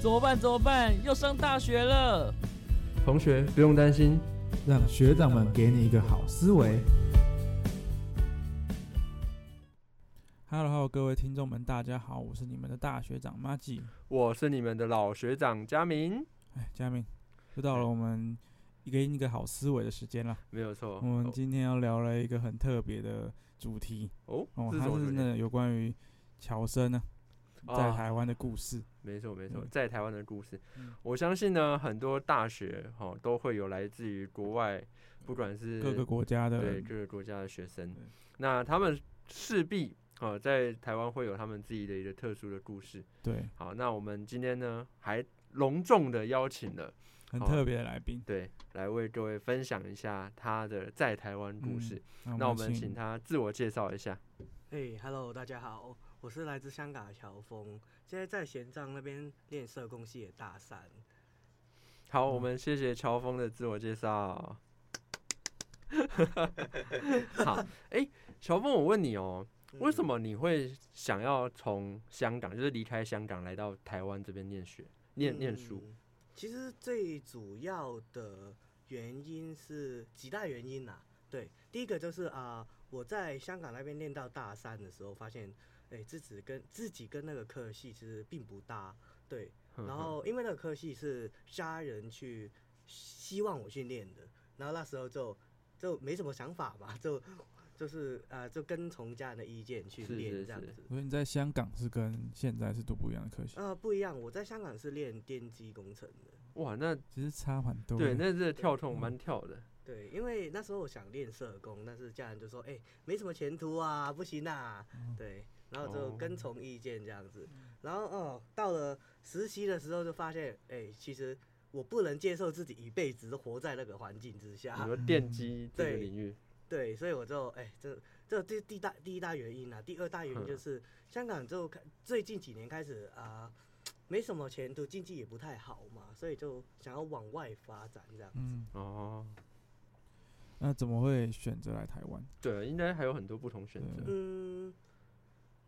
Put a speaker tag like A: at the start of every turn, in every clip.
A: 怎么办？怎么办？要上大学了。
B: 同学不用担心，
C: 让学长们给你一个好思维。
D: Hello Hello，各位听众们，大家好，我是你们的大学长 m 吉。
B: 我是你们的老学长佳明，
D: 哎，佳明，又到了我们一个一个好思维的时间了。
B: 没有错。
D: 我们今天要聊了一个很特别的主题
B: 哦，
D: 哦，
B: 这是
D: 它
B: 什么
D: 是
B: 主题？
D: 呢有关于乔生呢在
B: 啊
D: 台湾的故事。
B: 没错没错，
D: 嗯
B: 在台湾的故事，
D: 嗯
B: 我相信呢，很多大学哈、哦、都会有来自于国外，不管是
D: 各个国家的
B: 对各个国家的学生
D: 对，
B: 那他们势必哦在台湾会有他们自己的一个特殊的故事。
D: 对
B: 好，那我们今天呢还隆重的邀请了
D: 很
B: 哦
D: 特别的来宾，
B: 对来为各位分享一下他的在台湾故
D: 嗯
B: 事。啊那
D: 那
B: 我
D: 我
B: 们请他自我介绍一下。
E: 嘿、h e l l o 大家好，我是来自香港的乔峰，现在在贤藏那边练社工系的大三。嗯
B: 好，我们谢谢乔峰的自我介绍。 好，哎、乔峰，我问你哦、为什
E: 嗯？
B: 么你会想要从香港，就是离开香港来到台湾这边念学、念念书？
E: 嗯其实最主要的原因是几大原因呐、对，第一个就是啊、我在香港那边练到大三的时候，发现，哎、自己跟自己跟那个科系其实并不搭。对，
B: 嗯哼
E: 然
B: 哼
E: 后因为那个科系是家人去希望我去练的，然后那时候就就没什么想法吧， 就就是呃就跟从家人的意见去
B: 是是
E: 练这样
B: 是
E: 子。
D: 所以你在香港是跟现在是读不一样的科系，
E: 呃，不一样，我在香港是练电机工程的。
B: 哇，那
D: 其实差蛮多的。
B: 对，那这跳痛蛮跳的。
E: 对，因为那时候我想练社工，但是家人就说：“哎、没什么前途啊，不行啊。对，然后就
B: 哦
E: 跟从意见这样子。然后哦，到了实习的时候就发现，哎、其实我不能接受自己一辈子都活在那个环境之
B: 你
E: 下。
B: 说电机这个
E: 嗯对
B: 领域，
E: 对，所以我就哎、这这这第一大第一大原因啊，第二大原因就
B: 嗯
E: 是香港就开最近几年开始啊、没什么前途，经济也不太好嘛，所以就想要往外发展这样子。
D: 嗯，
B: 哦，
D: 那怎么会选择来台湾？
B: 对，应该还有很多不同选择。
E: 嗯，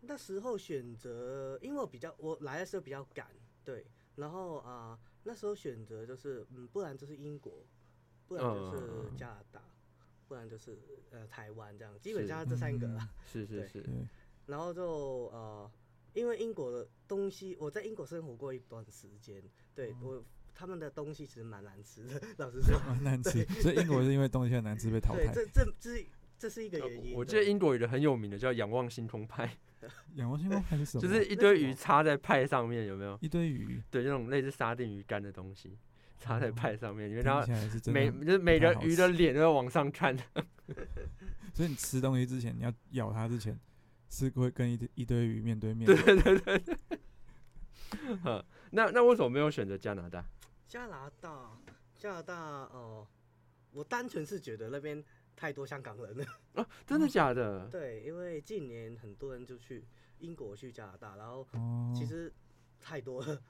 E: 那时候选择，因为我比较我来的时候比较赶，对，然后啊、那时候选择就是，嗯，不然就是英国，不然就
B: 嗯嗯
E: 是
B: 嗯
E: 加拿大，不然就是呃台湾这样，基
B: 是嗯
E: 本上这三个啦。
B: 是是
E: 对
B: 是，
D: 对，
E: 然后就呃，因为英国的东西，我在英国生活过一段时间，对、
B: 嗯
E: 我他们的东西其实蛮难吃的， 老实说，
D: 蛮难吃，所以英国是因为东西很难吃被淘
E: 对，
D: 汰。
E: 这这这这是一个
B: 呃
E: 原因。
B: 我记
E: 对
B: 得英国有一个很有名的叫仰望星空派，
D: 仰望星空还是什么？
B: 就是一
E: 那
B: 堆
E: 什么
B: 鱼插在派上面，有没有？
D: 一堆鱼，
B: 对，那种类似沙丁鱼干的东西插在
D: 哦
B: 派上面，因为
D: 听
B: 它
D: 起来是真的
B: 每
D: 很。
B: 就是每
D: 不太
B: 个
D: 好
B: 鱼的脸都要往上看，
D: 所以你吃东西之前，你要咬它之前，是会跟一堆一堆鱼面对面。对，
B: 呵那那为什么没有选择加拿大？
E: 加拿大，加拿大，哦、我单纯是觉得那边太多香港人了。
B: 哦，真的
E: 嗯
B: 假的？
E: 对，因为近年很多人就去英国、去加拿大，然后
D: 哦，
E: 其实太多
B: 嗯
E: 了，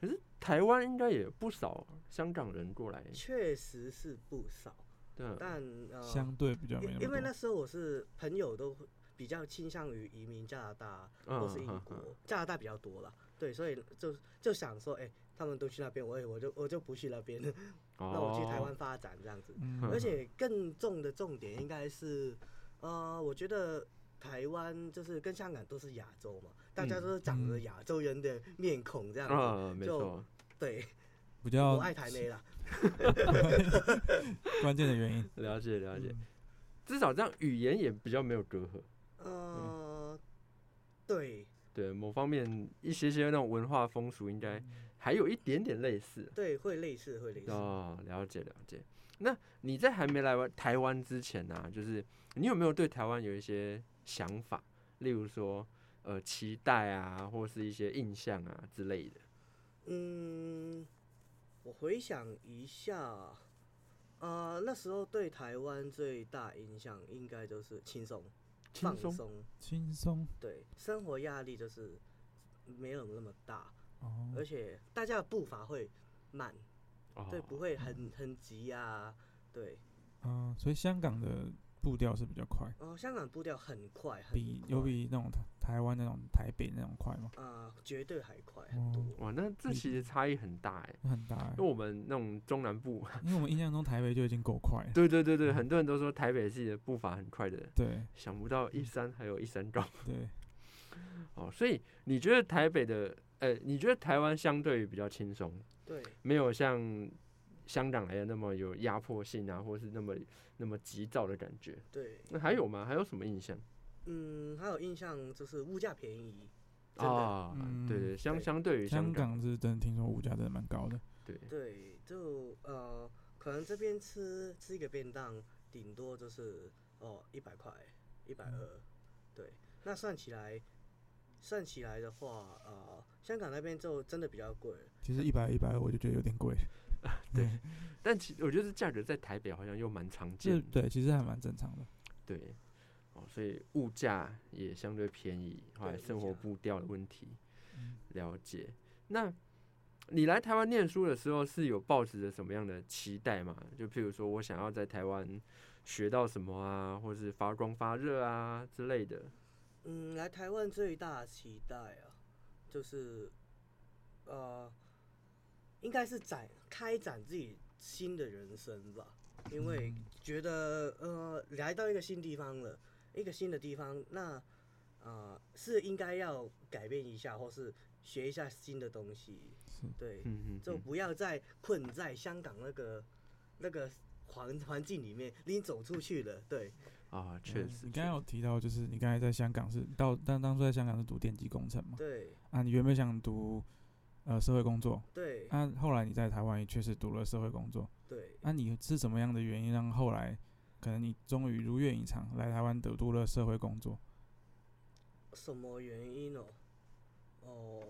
B: 可是台湾应该也有不少香港人过来，
E: 确实是不少。
B: 对，
E: 但呃，
D: 相对比较没
E: 因
D: 那
E: 因
D: 么
E: 为那
D: 多。
E: 时候我是朋友都比较倾向于移民加拿大
B: 嗯
E: 或是英
B: 嗯
E: 国，加拿大比较多啦。对，所以就就想说，哎、他们都去那边，我也我就我就不去那边，了，那我去台湾
B: 哦，
E: 发展这样子。
D: 嗯，
E: 而且更重的重点应该是，呃，我觉得台湾就是跟香港都是亚洲嘛，大家都是长着
D: 嗯
E: 亚洲人的面孔这样子，
B: 嗯，没
E: 就
B: 错，
E: 对，
D: 比
E: 我
D: 较
E: 爱台妹啦，
D: 关键的原因。
B: 了解了解
D: 嗯，
B: 至少这样语言也比较没有隔阂。
E: 呃，对
B: 对某方面一些些那种文化风俗，应
E: 嗯
B: 该还有一点点类似
E: 对，会类似会类似，
B: 哦。了解了解。那你在还没来完台湾之前呢、啊，就是你有没有对台湾有一些想法，例如说呃期待啊，或是一些印象啊之类的？
E: 嗯，我回想一下。呃，那时候对台湾最大影响应该就是轻松、
B: 轻
E: 放
B: 松
E: 松，
D: 轻松
E: 对，生活压力就是没有那么大，
D: 哦，
E: 而且大家的步伐会慢，
B: 哦
E: 对，不会很很急啊，对，
D: 哦嗯，所以香港的步调是比较快，
E: 哦，香港步调很快，很
D: 比有
E: 快
D: 比那种台台湾那种台北那种快吗？
E: 啊、绝对还快很
D: 哦
E: 多。
B: 哇，那这其实差异很大哎、
D: 那很大欸、
B: 因为我们那种中南部，
D: 因为我们印象中台北就已经够快了。
B: 对对对对，很多人都说台北是一个步伐很快的人，
D: 对
B: 想不到一山还有一山高
D: 对，
B: 哦。所以你觉得台北的，呃，你觉得台湾相对于比较轻松，
E: 对，
B: 没有像香港来的那么有压迫性啊，或是那么那么急躁的感觉？
E: 对，
B: 那还有吗？还有什么印象？
E: 嗯，还有印象就是物价便宜，真的，
B: 啊，
D: 嗯
B: 对对，相
E: 对
B: 相对于
D: 香
B: 香港，
D: 港是真的听说物价真的蛮高的。
B: 对，
E: 对，就呃，可能这边吃吃一个便当，顶多就是哦一百块，一百二，对，那算起来，算起来的话，呃，香港那边就真的比较贵，
D: 其实一百一百二我就觉得有点贵，
B: 但其我觉得这价格在台北好像又蛮常见
D: 这
B: 的，
D: 对其实还蛮正常的。
B: 对，哦，所以物价也相对便宜，还有
E: 对物
B: 生活
E: 价
B: 步调的问题，
D: 嗯
B: 了解。那你来台湾念书的时候是有抱持着什么样的期待吗？就譬如说我想要在台湾学到什么啊，或是发光发热啊之类的。
E: 嗯，来台湾最大的期待啊，就是呃，应该是展开展自己新的人生吧，因为觉得呃，来到一个新地方了，一个新的地方，那呃是应该要改变一下，或是学一下新的东西，
D: 是
E: 对，
B: 嗯嗯，
E: 就
B: 嗯
E: 不要再困在香港那个那个环环境里面，你走出去了，对，
B: 啊，确
D: 嗯
B: 实，
D: 你
B: 确
D: 刚刚有提到，就是你刚才在香港是到，但当初在香港是读电机工程嘛？
E: 对，
D: 啊，你原本想读呃社会工作，
E: 对，
D: 啊，后来你在台湾也确实读了社会工作，
E: 对，
D: 那、你是什么样的原因让后来可能你终于如愿以偿来台湾读读了社会工作？
E: 什么原因哦？哦，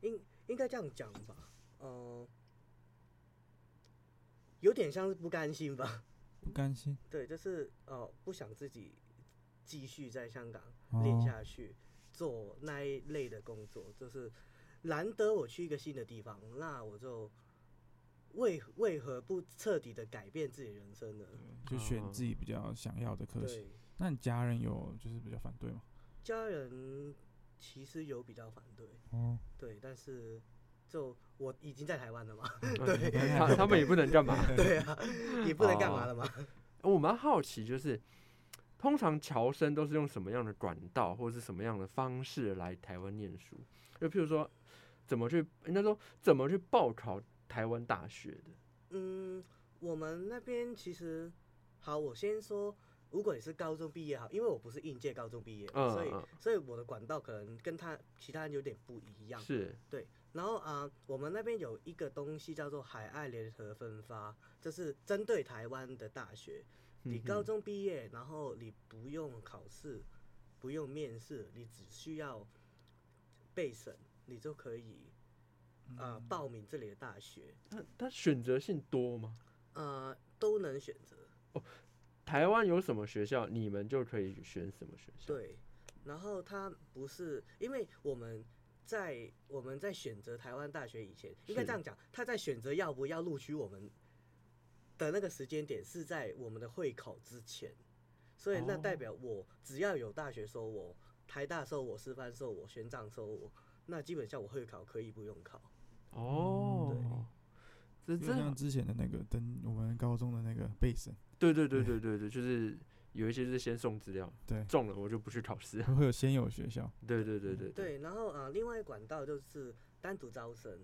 E: 应应该这样讲吧，嗯、有点像是不甘心吧，
D: 不甘心，
E: 对，就是呃不想自己继续在香港
D: 哦
E: 练下去、做那一类的工作，就是难得我去一个新的地方，那我就为为何不彻底的改变自己的人生呢？
D: 就选自己比较想要的科系。
E: 对，
D: 那你家人有就是比较反对吗？
E: 家人其实有比较反对，
D: 哦，
E: 对，但是就我已经在台湾 了嘛，
B: 对，他他们也不能 干嘛。
E: 对啊，也不能干嘛了嘛。
B: 哎哦我蛮好奇，就是通常侨生都是用什么样的管道或者是什么样的方式来台湾念书？就譬如说，怎么去应该说怎么去报考台湾大学的？
E: 嗯，我们那边其实好，我先说，如果你是高中毕业好，因为我不是应届高中毕业，
B: 嗯
E: 所以
B: 嗯
E: 所以我的管道可能跟他其他人有点不一样。
B: 是
E: 然后啊、我们那边有一个东西叫做海爱联合分发，就是针对台湾的大学，你
B: 嗯哼
E: 高中毕业，然后你不用考试，不用面试，你只需要备审，你就可以啊、
B: 嗯
E: 报名这里的大学，
B: 那它选择性多吗？
E: 呃，都能选择。
B: 台湾有什么学校，你们就可以选什么学校？，
E: 对，然后它不是因为我们在我们在选择台湾大学以前，应该
B: 是
E: 这样讲，他在选择要不要录取我们的那个时间点是在我们的会考之前，所以那代
B: 哦
E: 表我只要有大学收我，台大收我，师范收我，玄奘收我，那基本上我会考可以不用考。
D: 嗯
B: 哦，这
D: 就像
B: 这，
D: 之前的那个登我们高中的那个备审，
B: 对对对对对对，就是有一些是先送资料，
D: 对，
B: 中了我就不去考试。
D: 会有先有学校，
B: 对对对对，
E: 对，然后啊、呃另外一管道就是单独招生，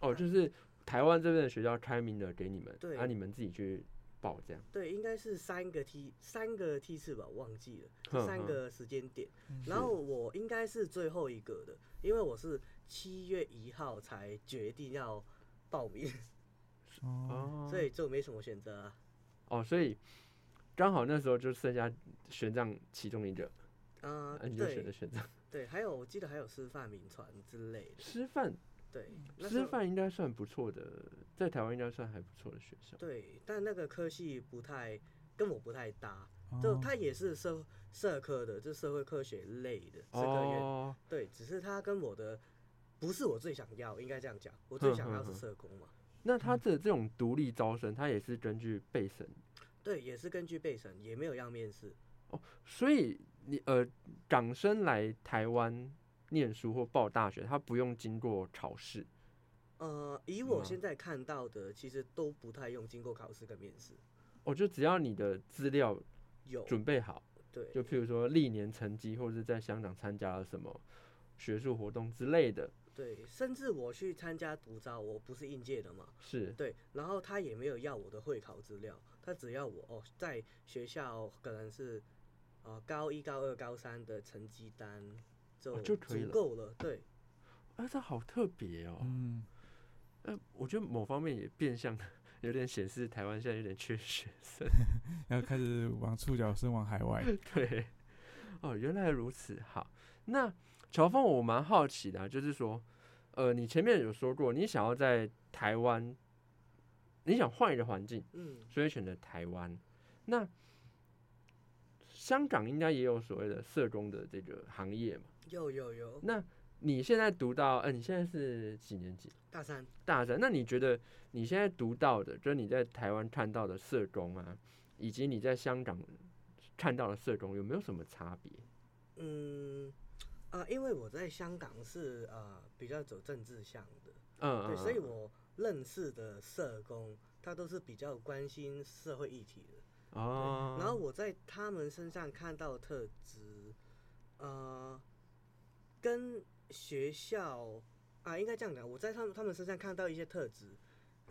B: 哦，就是台湾这边的学校开明的给你们，
E: 对
B: 啊，你们自己去报这样。
E: 对，应该是三个梯三个梯次吧，我忘记了，
B: 哼
E: 就三
B: 哼
E: 个时间点。
D: 嗯
E: 然后我应该是最后一个的，因为我是七月一号才决定要报名，
D: 哦，
B: 哦
E: 所以就没什么选择啊。
B: 哦，所以刚好那时候就剩下玄奘其中一个，
E: 啊
B: 啊，你就选择
E: 对
B: 玄奘。
E: 对，还有我记得还有师范、名传之类的。
B: 师范，
E: 对， 那时
B: 师
E: 候
B: 范应该算不错的，在台湾应该算还不错的学校。
E: 对，但那个科系不太跟我不太搭，
B: 哦
D: 哦
E: 就它也是社社科的，就社会科学类的这个院。
B: 哦，
E: 对，只是它跟我的不是我最想要，应该这样讲，我最
B: 哼
E: 想
B: 哼
E: 要是
B: 哼
E: 社工嘛。
B: 那他的这种独立招生，他也是根据备审
E: 对，也是根据备审，也没有要面试。
B: 所以你呃，港生来台湾念书或报大学，他不用经过考试。
E: 呃，以
B: 是
E: 我
B: 吗
E: 现在看到的，其实都不太用经过考试跟面试。
B: 哦，就只要你的资料
E: 有
B: 准备好，
E: 对，
B: 就譬如说历年成绩，或者是在香港参加了什么学术活动之类的，
E: 对，甚至我去参加独招，我不是应届的嘛，
B: 是
E: 对，然后他也没有要我的会考资料，他只要我哦在学校可能是呃高一、高二、高三的成绩单就、
B: 哦就可以
E: 足
B: 了
E: 够了，对，
B: 啊，这好特别哦。
D: 嗯，
B: 呃，我觉得某方面也变相 有点显示台湾现在有点缺学生。
D: 要开始往触角伸往海外。
B: 对，哦，原来如此。好，那乔峰，我蛮好奇的啊、就是说，呃，你前面有说过，你想要在台湾，你想换一个环境，
E: 嗯，
B: 所以选择台湾。那香港应该也有所谓的社工的这个行业嘛？
E: 有有有，
B: 那你现在读到，呃，你现在是几年级？
E: 大三，
B: 大三，那你觉得你现在读到的，就是你在台湾看到的社工啊，以及你在香港看到的社工，有没有什么差别？
E: 嗯，呃，因为我在香港是呃比较走政治向的，
B: 嗯，
E: 对，
B: 嗯
E: 所以
B: 嗯
E: 我认识的社工，他都是比较关心社会议题的。对
B: 哦，
E: 然后我在他们身上看到的特质，呃，跟学校啊，应该这样讲，我在他们他们身上看到一些特质，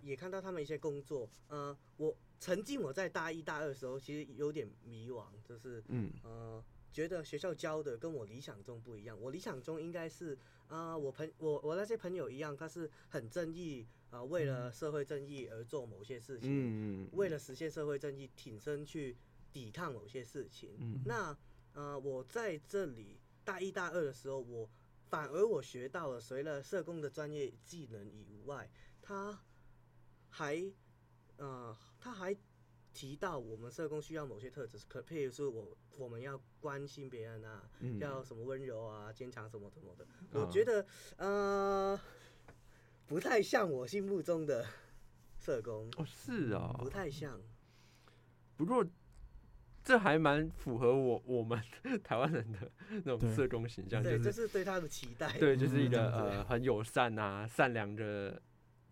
E: 也看到他们一些工作。呃，我曾经我在大一大二的时候，其实有点迷惘，就是
B: 嗯
E: 呃，觉得学校教的跟我理想中不一样。我理想中应该是啊、我朋我我那些朋友一样，他是很正义啊、为了社会正义而做某些事情，
B: 嗯嗯，
E: 为了实现社会正义，挺身去抵抗某些事情。
B: 嗯
E: 那呃，我在这里大一大二的时候，我反而我学到了，除了社工的专业技能以外，他还呃，他还提到我们社工需要某些特质，可譬如说我我们要关心别人啊，
B: 嗯
E: 要什么温柔啊、坚强什么什么的。
B: 啊
E: 我觉得呃，不太像我心目中的社工，
B: 哦是
E: 不
B: 哦，
E: 太像。
B: 不过这还蛮符合我我们 台湾人的那种
D: 对
B: 社工形象，
E: 对，
B: 就
E: 这
B: 是
E: 是对他的期待。
B: 对，就是一
D: 嗯
B: 个
E: 对
B: 呃很友善啊、善良的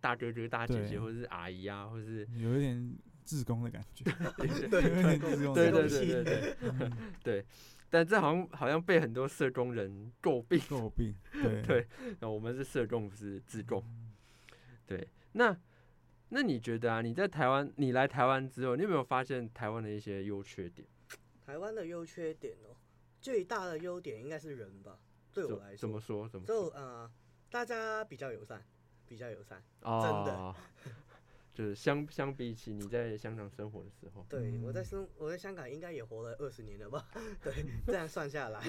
B: 大哥哥、大姐姐，
D: 对
B: 或者是阿姨啊，或者是
D: 有一点自工的感觉，
E: 对
D: 有
E: 对
D: 点自工
B: 对
D: 的
B: 对
D: 感
E: 这
B: 对对
D: 觉
E: 种
B: 对
D: 嗯，
B: 对。但这好像好像被很多社工人诟病，
D: 诟病，对嗯
B: 对那我们是社工，不是自贡。
E: 嗯
B: 对，那那你觉得啊？你在台湾，你来台湾之后，你有没有发现台湾的一些优缺点？
E: 台湾的优缺点哦，最大的优点应该是人吧，对我
B: 怎
E: 来
B: 怎么
E: 说，
B: 说？怎么
E: 就
B: 说？
E: 呃，大家比较友善，比较友善。的
B: 哦，就是相相比起你在香港生活的时候，
E: 对、我在
D: 嗯
E: 生我在香港应该也活了二十年了吧？ 对，这样算 下来，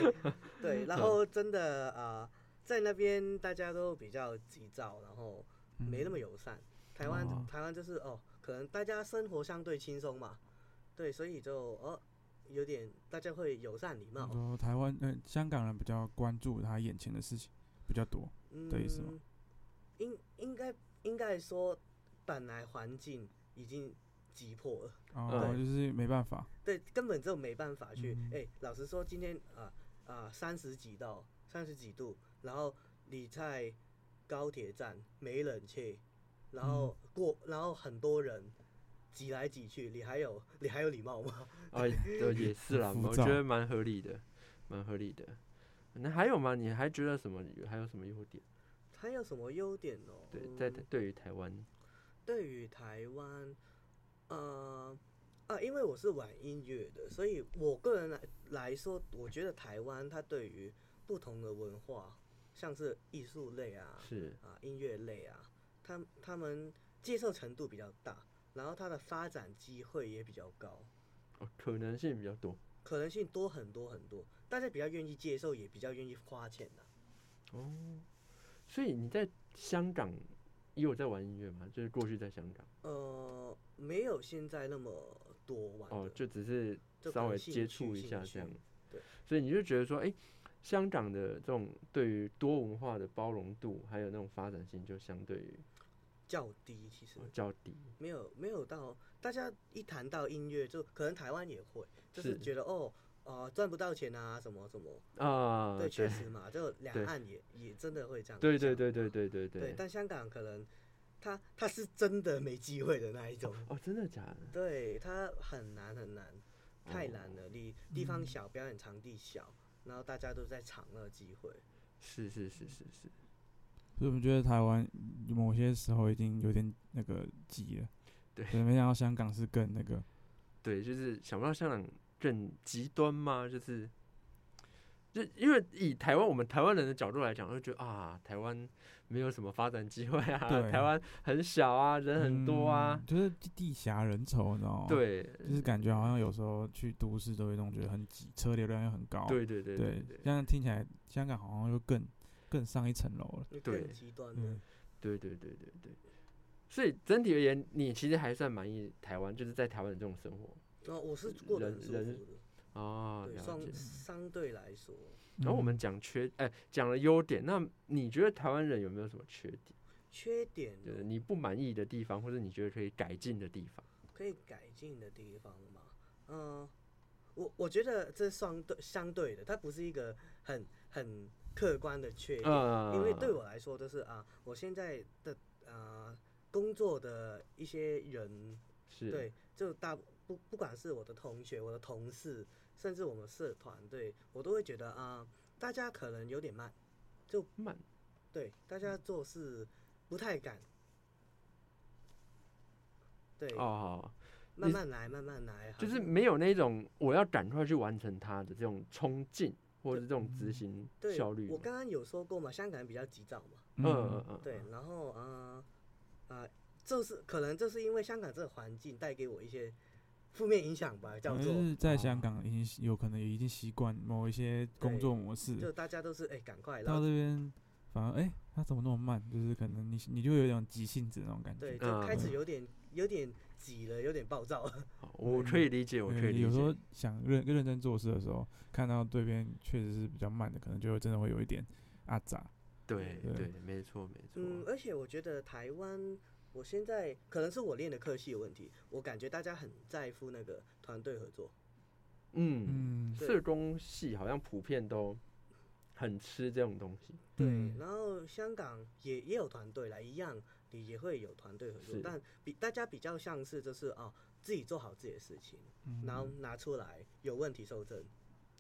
E: 对，然后真的呃，在那边大家都比较急躁，然后没那么友善。台湾、
B: 嗯哦
E: 台湾就是哦，可能大家生活相对轻松嘛，对，所以就哦有点大家会友善礼貌
D: 然，后台湾呃香港人比较关注他眼前的事情比较多，的意思吗
E: 嗯？应应该应该说，本来环境已经急迫了，
D: 然
B: 嗯
D: 后哦就是没办法，
E: 对，根本就没办法去。哎、
D: 嗯
E: 老实说，今天啊啊三十几度，三十几度，然后你在高铁站没冷气，然后
D: 嗯
E: 过，然后很多人。挤来挤去，你还有你还有礼貌吗？
B: 啊，对，也是啦，
D: 浮
B: 我觉
D: 躁
B: 得蛮合理的，蛮合理的。那还有吗？你还觉得什么？还有什么优点？
E: 还有什么优点哦？
B: 对，在
E: 嗯
B: 台对于台湾，
E: 对于台湾，呃啊，因为我是玩音乐的，所以我个人来来说，我觉得台湾它对于不同的文化，像是艺术类啊
B: 是
E: 啊音乐类啊，他他们接受程度比较大，然后它的发展机会也比较高，
B: 哦，可能性比较多。
E: 可能性多很多很多，大家比较愿意接受，也比较愿意花钱啊的、
B: 哦，所以你在香港也有在玩音乐吗？就是过去在香港，
E: 呃，没有现在那么多玩
B: 哦，
E: 的
B: 就只是
E: 就可
B: 稍
E: 能
B: 微
E: 兴
B: 接
E: 趣
B: 触一
E: 兴
B: 下这样
E: 趣对。
B: 所以你就觉得说，哎、香港的这种对于多文化的包容度，还有那种发展性，就相对于哦
E: 较低，其实
B: 较低，
E: 没有没有到大家一谈到音乐，就可能台湾也会，就是
B: 是
E: 觉得哦，呃，赚不到钱啊，什么什么，
B: 啊，
E: 对，确 实嘛，就两
B: 对
E: 岸也也真的会这样
B: 对，对
E: 讲
B: 对对
E: 嘛
B: 对对
E: 对
B: 对对，
E: 但香港可能他他是真的没机会的那一种，
B: 哦，真的假的？
E: 对他很难很难，太难
B: 哦
E: 了，你地方
D: 嗯
E: 小，表演场地小，然后大家都在抢那个机会，
B: 是是是是是，
D: 所以我们觉得台湾某些时候已经有点那个急了，
B: 对
D: 没想到香港是更那个，
B: 对，就是想不到香港更极端吗？就是，就因为以台湾我们台湾人的角度来讲，就觉得啊，台湾没有什么发展机会啊，
D: 对
B: 台湾很小啊，人很多啊，
D: 嗯就是地狭人稠，你知道吗？，
B: 对，
D: 嗯就是感觉好像有时候去都市都有一种觉得很挤，车流量又很高，
B: 对对对
D: 对
B: 对，
D: 这样听起来香港好像又更更上一层楼了。
E: 你
B: 对
E: 更极端的
D: 嗯，，
B: 对对对对对。所以整体而言，你其实还算满意台湾，就是在台湾的这种生活
E: 然后哦我是过得
B: 人
E: 很舒
B: 人
E: 服的，
B: 哦，
E: 对，
B: 了解
E: 相。相对来说，
B: 然后我
D: 嗯
B: 们讲缺，哎、讲了优点，那你觉得台湾人有没有什么缺点？
E: 缺点哦
B: 就是你不满意的地方，或者你觉得可以改进的地方？
E: 可以改进的地方嘛，嗯、我我觉得这双对相对的，它不是一个很很客观的确定，
B: 呃，
E: 因为对我来说就是啊，我现在的啊工作的一些人，
B: 是，
E: 对，就大不不管是我的同学、我的同事，甚至我们社团，对我都会觉得啊，大家可能有点慢，
B: 慢
E: 对，大家做事不太敢，对，
B: 哦，
E: 慢
B: 你
E: 慢来，慢慢来，好
B: 就是
E: 像
B: 没有那种我要赶快去完成它的这种冲劲，或者这种执行
E: 对，
B: 效率嘛。
E: 我刚刚有说过嘛，香港人比较急躁嘛，
B: 嗯嗯嗯，
E: 对，然后啊啊、呃就是可能就是因为香港这个环境带给我一些负面影响吧，叫
D: 可
B: 嗯
D: 能
E: 做哦
D: 是在香港已经习有可能也已经习惯某一些工作模
E: 就
D: 式，
E: 大家都是哎赶、快，然
D: 到
E: 后
D: 这边反而哎、他怎么那么慢？就是可能你你就有一种急性子那种感
E: 对，
D: 觉。
E: 就开始
B: 嗯
E: 有点有点急了，有点暴躁了，
B: 好我可以理解，我可以
D: 对，
B: 理
D: 嗯有时候
B: 解。
D: 想认认真做事的时候，看到对边确实是比较慢的，可能就会真的会有一点阿杂。
B: 对
D: 对
B: 对，没错没错。
E: 嗯，而且我觉得台湾。我现在可能是我练的科系有问题，我感觉大家很在乎那个团队合作，
B: 嗯，
D: 嗯，
E: 对
B: 社工系好像普遍都很吃这种东西。
E: 对，
D: 嗯
E: 然后香港也也有团队啦，一样你也会有团队合作
B: 是，
E: 但比大家比较像是就是哦，自己做好自己的事情，
D: 嗯
E: 然后拿出来有问题修正。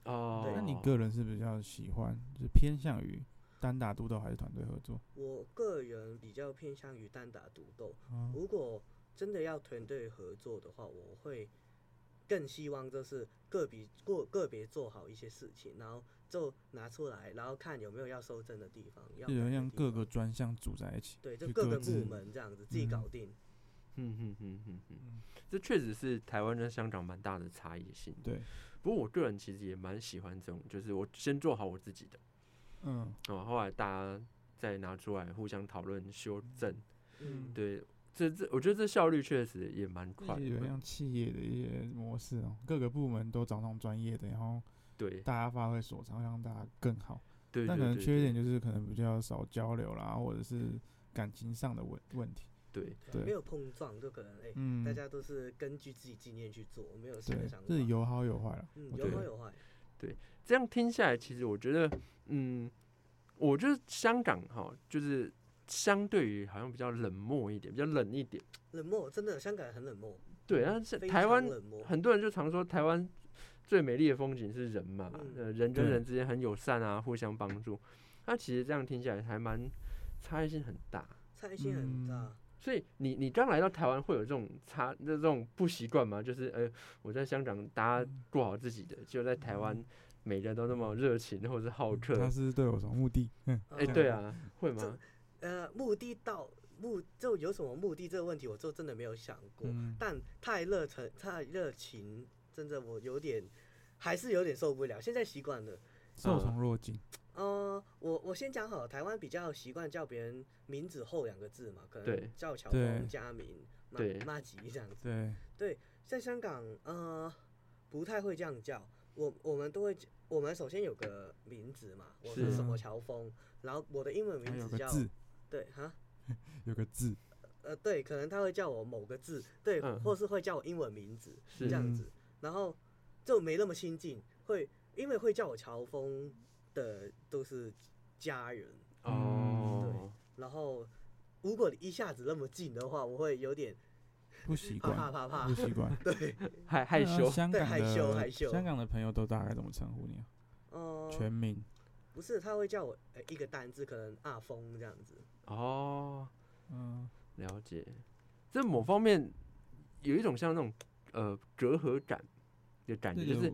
B: 哦，
E: 对
D: 那你个人是比较喜欢，就是偏向于单打独斗还是团队合作？
E: 我个人比较偏向于单打独斗，
D: 嗯
E: 如果真的要团队合作的话，我会更希望就是个别个个别做好一些事情，然后就拿出来，然后看有没有要修正的地方，要
D: 就有点
E: 改的
D: 像
E: 地
D: 各
E: 方
D: 个专项组在一起，
E: 对，就
D: 去
E: 各
D: 各
E: 个部
D: 自
E: 门这样子自己搞
D: 嗯
E: 定。
B: 嗯哼哼哼哼
D: 嗯，
B: 这确实是台湾跟香港蛮大的差异性。
D: 对，
B: 不过我个人其实也蛮喜欢这种，就是我先做好我自己的，
D: 嗯，
B: 哦，后来大家再拿出来互相讨论修正。
E: 嗯，
B: 对，这这我觉得这效率确实也蛮
D: 这
B: 快
D: 些有点
B: 的。
D: 像企业的一些模式哦，各个部门都找那种专业的，然后
B: 对
D: 大家发挥所长，让大家更好。
B: 对，
D: 但
B: 对
D: 可能
B: 对
D: 缺
B: 对
D: 点就是可能比较少交流啦，或者是感情上的问问题。
B: 对，
D: 对
E: 没有碰撞，就可能哎、
D: 嗯，
E: 大家都是根据自己经验去做，没有新的
D: 对
E: 想法。，
D: 这是有好有坏了。
E: 嗯
D: 我
E: 有
D: 觉
E: 好
D: 得
E: 有坏，
B: 这样听下来，其实我觉得，嗯，我觉得香港哈，就是相对于好像比较冷漠一点，比较冷一点。
E: 冷漠真的香港人很冷漠，
B: 对，但是
E: 嗯非
B: 台
E: 常
B: 湾
E: 冷漠，
B: 很多人就常说台湾最美丽的风景是人嘛，
E: 嗯
B: 呃，人跟
D: 对
B: 人之间很友善啊，互相帮助。那其实这样听起来还蛮差异性很大。
E: 差异性很大。
B: 所以你你刚来到台湾会有这种差这种不习惯吗？就是呃，我在香港大家过好自己的，就在台湾每个人都那么热情或者是好客。
D: 他是对我有什么目的？嗯，
E: 呃
B: 哎、对，啊，会吗？
E: 呃，目的到目就有什么目的这个问题，我就真的没有想过。
D: 嗯
E: 但太热忱、太热情，真的我有点还是有点受不了。现在习惯了。
D: 受
E: 嗯
D: 宠若惊。
E: 呃，我我先讲好，台湾比较习惯叫别人名字后两个字嘛，可
B: 对
E: 能叫乔
D: 对
E: 峰、佳明、马
B: 对
E: 马吉这样子。
D: 对，
E: 在香港，呃，不太会这样叫。我我们都会，我们首先有个名字嘛，我
B: 是
E: 是什么乔峰，然后我的英文
D: 还
E: 名
D: 有
E: 字
D: 个
E: 叫
D: 字，
E: 对哈，
D: 有个字，
E: 呃，对，可能他会叫我某个字，对，
B: 嗯
E: 或是会叫我英文名字
B: 是
E: 这样
D: 嗯
E: 子，然后就没那么亲近，会因为会叫我乔峰的都是家人，
B: 哦，
E: 然后如果你一下子那么近的话，我会有点
D: 不习
E: 怕怕
B: 啊
D: 惯，
E: 怕
D: 不
E: 怕，
D: 习惯。
E: 对，
B: 害害
D: 那
B: 羞，哦
D: 香
E: 对
D: 港
E: 害羞
D: 的
E: 害羞
D: 香港的朋友都大概怎么称呼你啊？
E: 嗯、
D: 全名
E: 不是，他会叫我呃一个单字，可能阿峰这样子，
B: 哦，
D: 嗯，
B: 了解。这某方面有一种像那种呃隔阂感的感觉，
D: 这
B: 就是
D: 有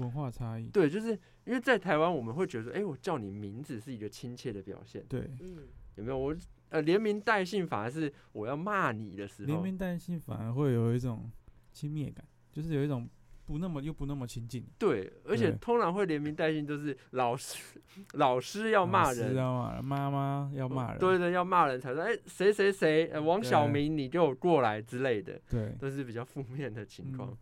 D: 文化差异。
B: 对，就是因为在台湾我们会觉得说，哎、我叫你名字是一个亲切的表现，
D: 对，
E: 嗯，
B: 有没有？我呃连名带姓反而是我要骂你的时
D: 连
B: 候，
D: 名带姓反而会有一种亲密感，就是有一种不那么又不那么亲近。
B: 对，而且
D: 对
B: 通常会连名带姓，就是老师 老师要骂人，
D: 要骂人，妈妈要骂人，
B: 对对，要骂人才说，哎、谁谁谁，呃，王小
D: 对
B: 明，你给我过来之类的，
D: 对
B: 都是比较负面的情况。
D: 嗯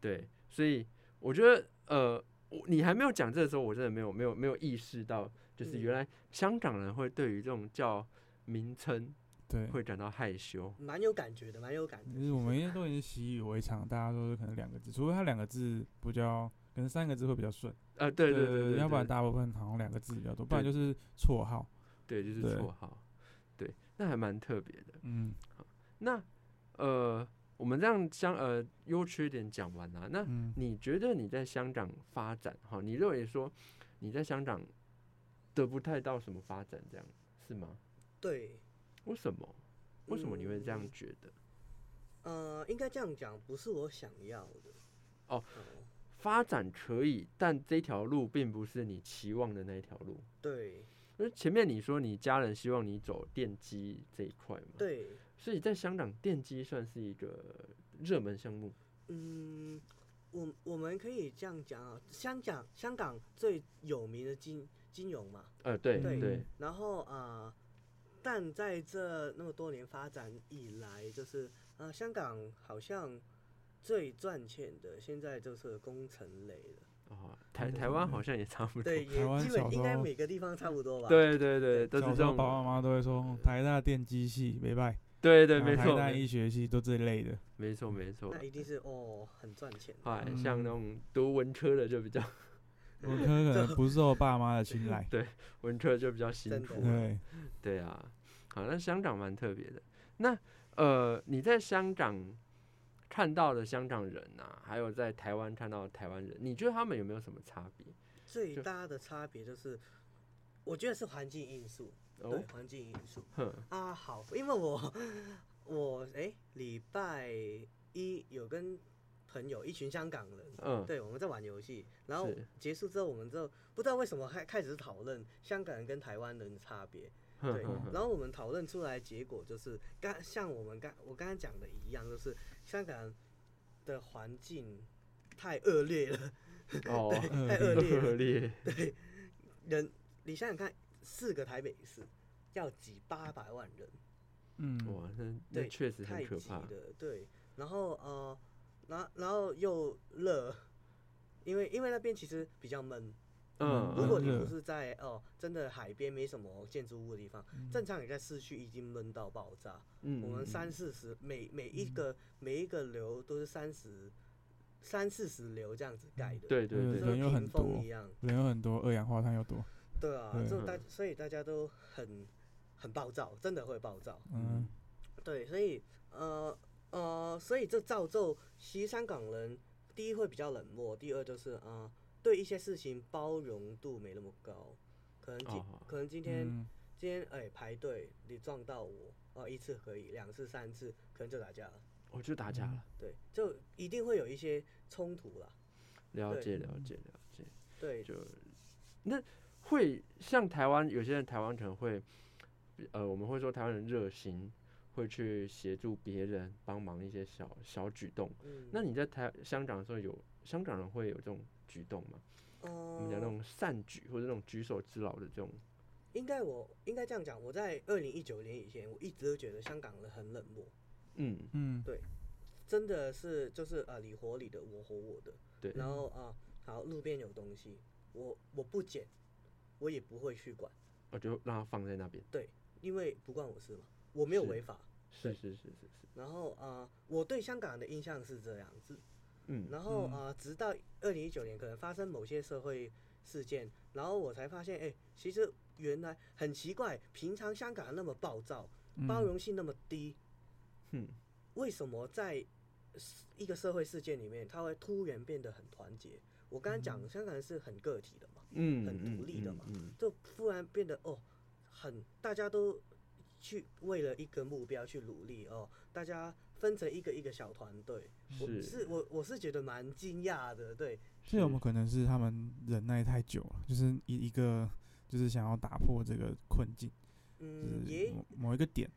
B: 对，所以我觉得，呃，我你还没有讲这个时候，我真的没有没有没有意识到，就是
E: 嗯
B: 原来香港人会对于这种叫名称
D: 对，
B: 会感到害羞。
E: 蛮有感觉的，蛮有感觉
D: 就是我们应该都已经习以为常，大家都是可能两个字，除非他两个字比较，可能三个字会比较顺。
B: 呃，对
D: 对
B: 对对，
D: 要不然
B: 对
D: 大部分好像两个字比较多，不然
B: 对
D: 就是绰号。
B: 对就是
D: 对
B: 绰号，对，那还蛮特别的。
D: 嗯
B: 那呃，我们这样相呃优缺点讲完了、那
D: 嗯，
B: 你觉得你在香港发展哈？你认为说你在香港得不太到什么发展，这样是吗？
E: 对，
B: 为什么？为什么你会这样
E: 嗯
B: 觉得？
E: 呃，应该这样讲，不是我想要的。
B: 哦发展可以，但这条路并不是你期望的那一条路。
E: 对
B: 因为前面你说你家人希望你走电机这一块嘛，，
E: 对，
B: 所以在香港电机算是一个热门项目。
E: 嗯，我我们可以这样讲啊，香港香港最有名的金金融嘛，
B: 呃，对
E: 对
B: 对，
E: 然后啊、呃但在这那么多年发展以来，就是呃，香港好像最赚钱的现在就是工程类了，
B: 哦，台台湾好像也差不多。对
E: 对，
D: 台
E: 也
D: 湾
E: 基
D: 小
E: 本应该
D: 时候
E: 每个地方差不多吧。，
B: 对对，都是这
D: 小时候
B: 种
D: 爸。爸妈妈都会说哦台大电机系没拜，
B: 对对，
E: 啊
D: 然后
B: 没
D: 台
B: 错，
D: 大
B: 没
D: 医学系都这 类的。
B: 没错没错
E: 那。一定是哦，很赚钱。
B: 哎，
D: 嗯
B: 像那种读文科的就比较，。
D: 我可能不受爸妈的青睐
B: 文科就比较辛
E: 真
B: 苦
E: 的。
D: 对，
B: 对啊，好，那香港蛮特别的。那呃，你在香港看到的香港人啊，还有在台湾看到的台湾人，你觉得他们有没有什么差别？
E: 最
B: 就
E: 大的差别就是，我觉得是环境因素，
B: 哦
E: 对，环境因素
B: 哼，
E: 啊。好，因为我我哎礼、拜一有跟朋友一群香港人，
B: 嗯，
E: 对，我们在玩游戏，然后
B: 是
E: 结束之后，我们就不知道为什么开开始讨论香港人跟台湾人的差别，
B: 哼
E: 对
B: 哼，哼
E: 然后我们讨论出来结果就是，刚像我们刚我刚刚讲的一样，就是香港人的环境太恶劣了。
B: 哦，
E: 太 恶劣了
B: 恶劣，
E: 人，你想想看，四个台北市要挤八百万人，
D: 嗯，
B: 哇，那那
E: 对，
B: 确实
E: 太
B: 很可
E: 挤
B: 怕。
E: 了，对。然后呃，然后然后又热，因为因为那边其实比较闷。
B: 嗯，
E: 如果
B: 嗯
E: 你不
D: 热
E: 是在哦、真的海边没什么建筑物的地方，
D: 嗯
E: 正常你在市区已经闷到爆炸。
B: 嗯
E: 我们
B: 嗯
E: 三四十每每一个、每一个流都是三十三四十流这样子盖的，，
B: 对对对
D: 对人
E: 就跟
D: 又很
E: 屏
D: 多
E: 风一样。
D: 人有很多，二氧化碳又多。
E: 对啊，
D: 对
E: 就
B: 嗯
E: 大，所以大家都很很暴躁，真的会暴躁。
D: 嗯，
E: 对，所以呃呃，所以这造就其实香港人第一会比较冷漠，第二就是啊、呃对一些事情包容度没那么高，可能今、
B: 哦
E: 可能今天、
D: 嗯，
E: 今天哎、排队你撞到我，哦、一次可以，两次三次可能就打架了，
B: 我就打架了，
E: 对，就一定会有一些冲突啦。
B: 了
E: 对
B: 解了解了解。
E: 对，
B: 就那会像台湾有些人，台湾可能会，呃，我们会说台湾人热心，会去协助别人，帮忙一些小小举动。
E: 嗯，
B: 那你在台香港的时候有，香港人会有这种举动吗？我们讲那
E: 呃，
B: 种善举或者那种举手之劳的这种，
E: 应该我应该这样讲，我在二零一九年以前，我一直都觉得香港人很冷漠。
B: 嗯，
D: 嗯，
E: 真的是就是呃你活你的，我活我的。
B: 对
E: 然后啊、好，路边有东西，我我不捡，我也不会去管，
B: 我就让他放在那边。
E: 因为不关我事嘛，我没有
B: 是
E: 违法。
B: 是是是是是，
E: 然后呃，我对香港的印象是这样子，
B: 嗯，
E: 然后
D: 嗯
E: 呃，直到二零一九年可能发生某些社会事件，然后我才发现，哎、其实原来很奇怪，平常香港那么暴躁，
D: 嗯
E: 包容性那么低，
B: 哼，
E: 为什么在一个社会事件里面，它会突然变得很团结？我刚才
D: 嗯
E: 讲，香港人是很个体的嘛，
B: 嗯，
E: 很独
B: 嗯
E: 立的嘛
B: 嗯
E: 就突然变得哦，很大家都去为了一个目标去努力哦，大家分成一个一个小团队，我
B: 是
E: 是我我是觉得蛮惊讶的，对，
D: 这有没有可能是他们忍耐太久了，就是一一个就是想要打破这个困境，就
E: 嗯，
D: 是
E: 也
D: 某某一个点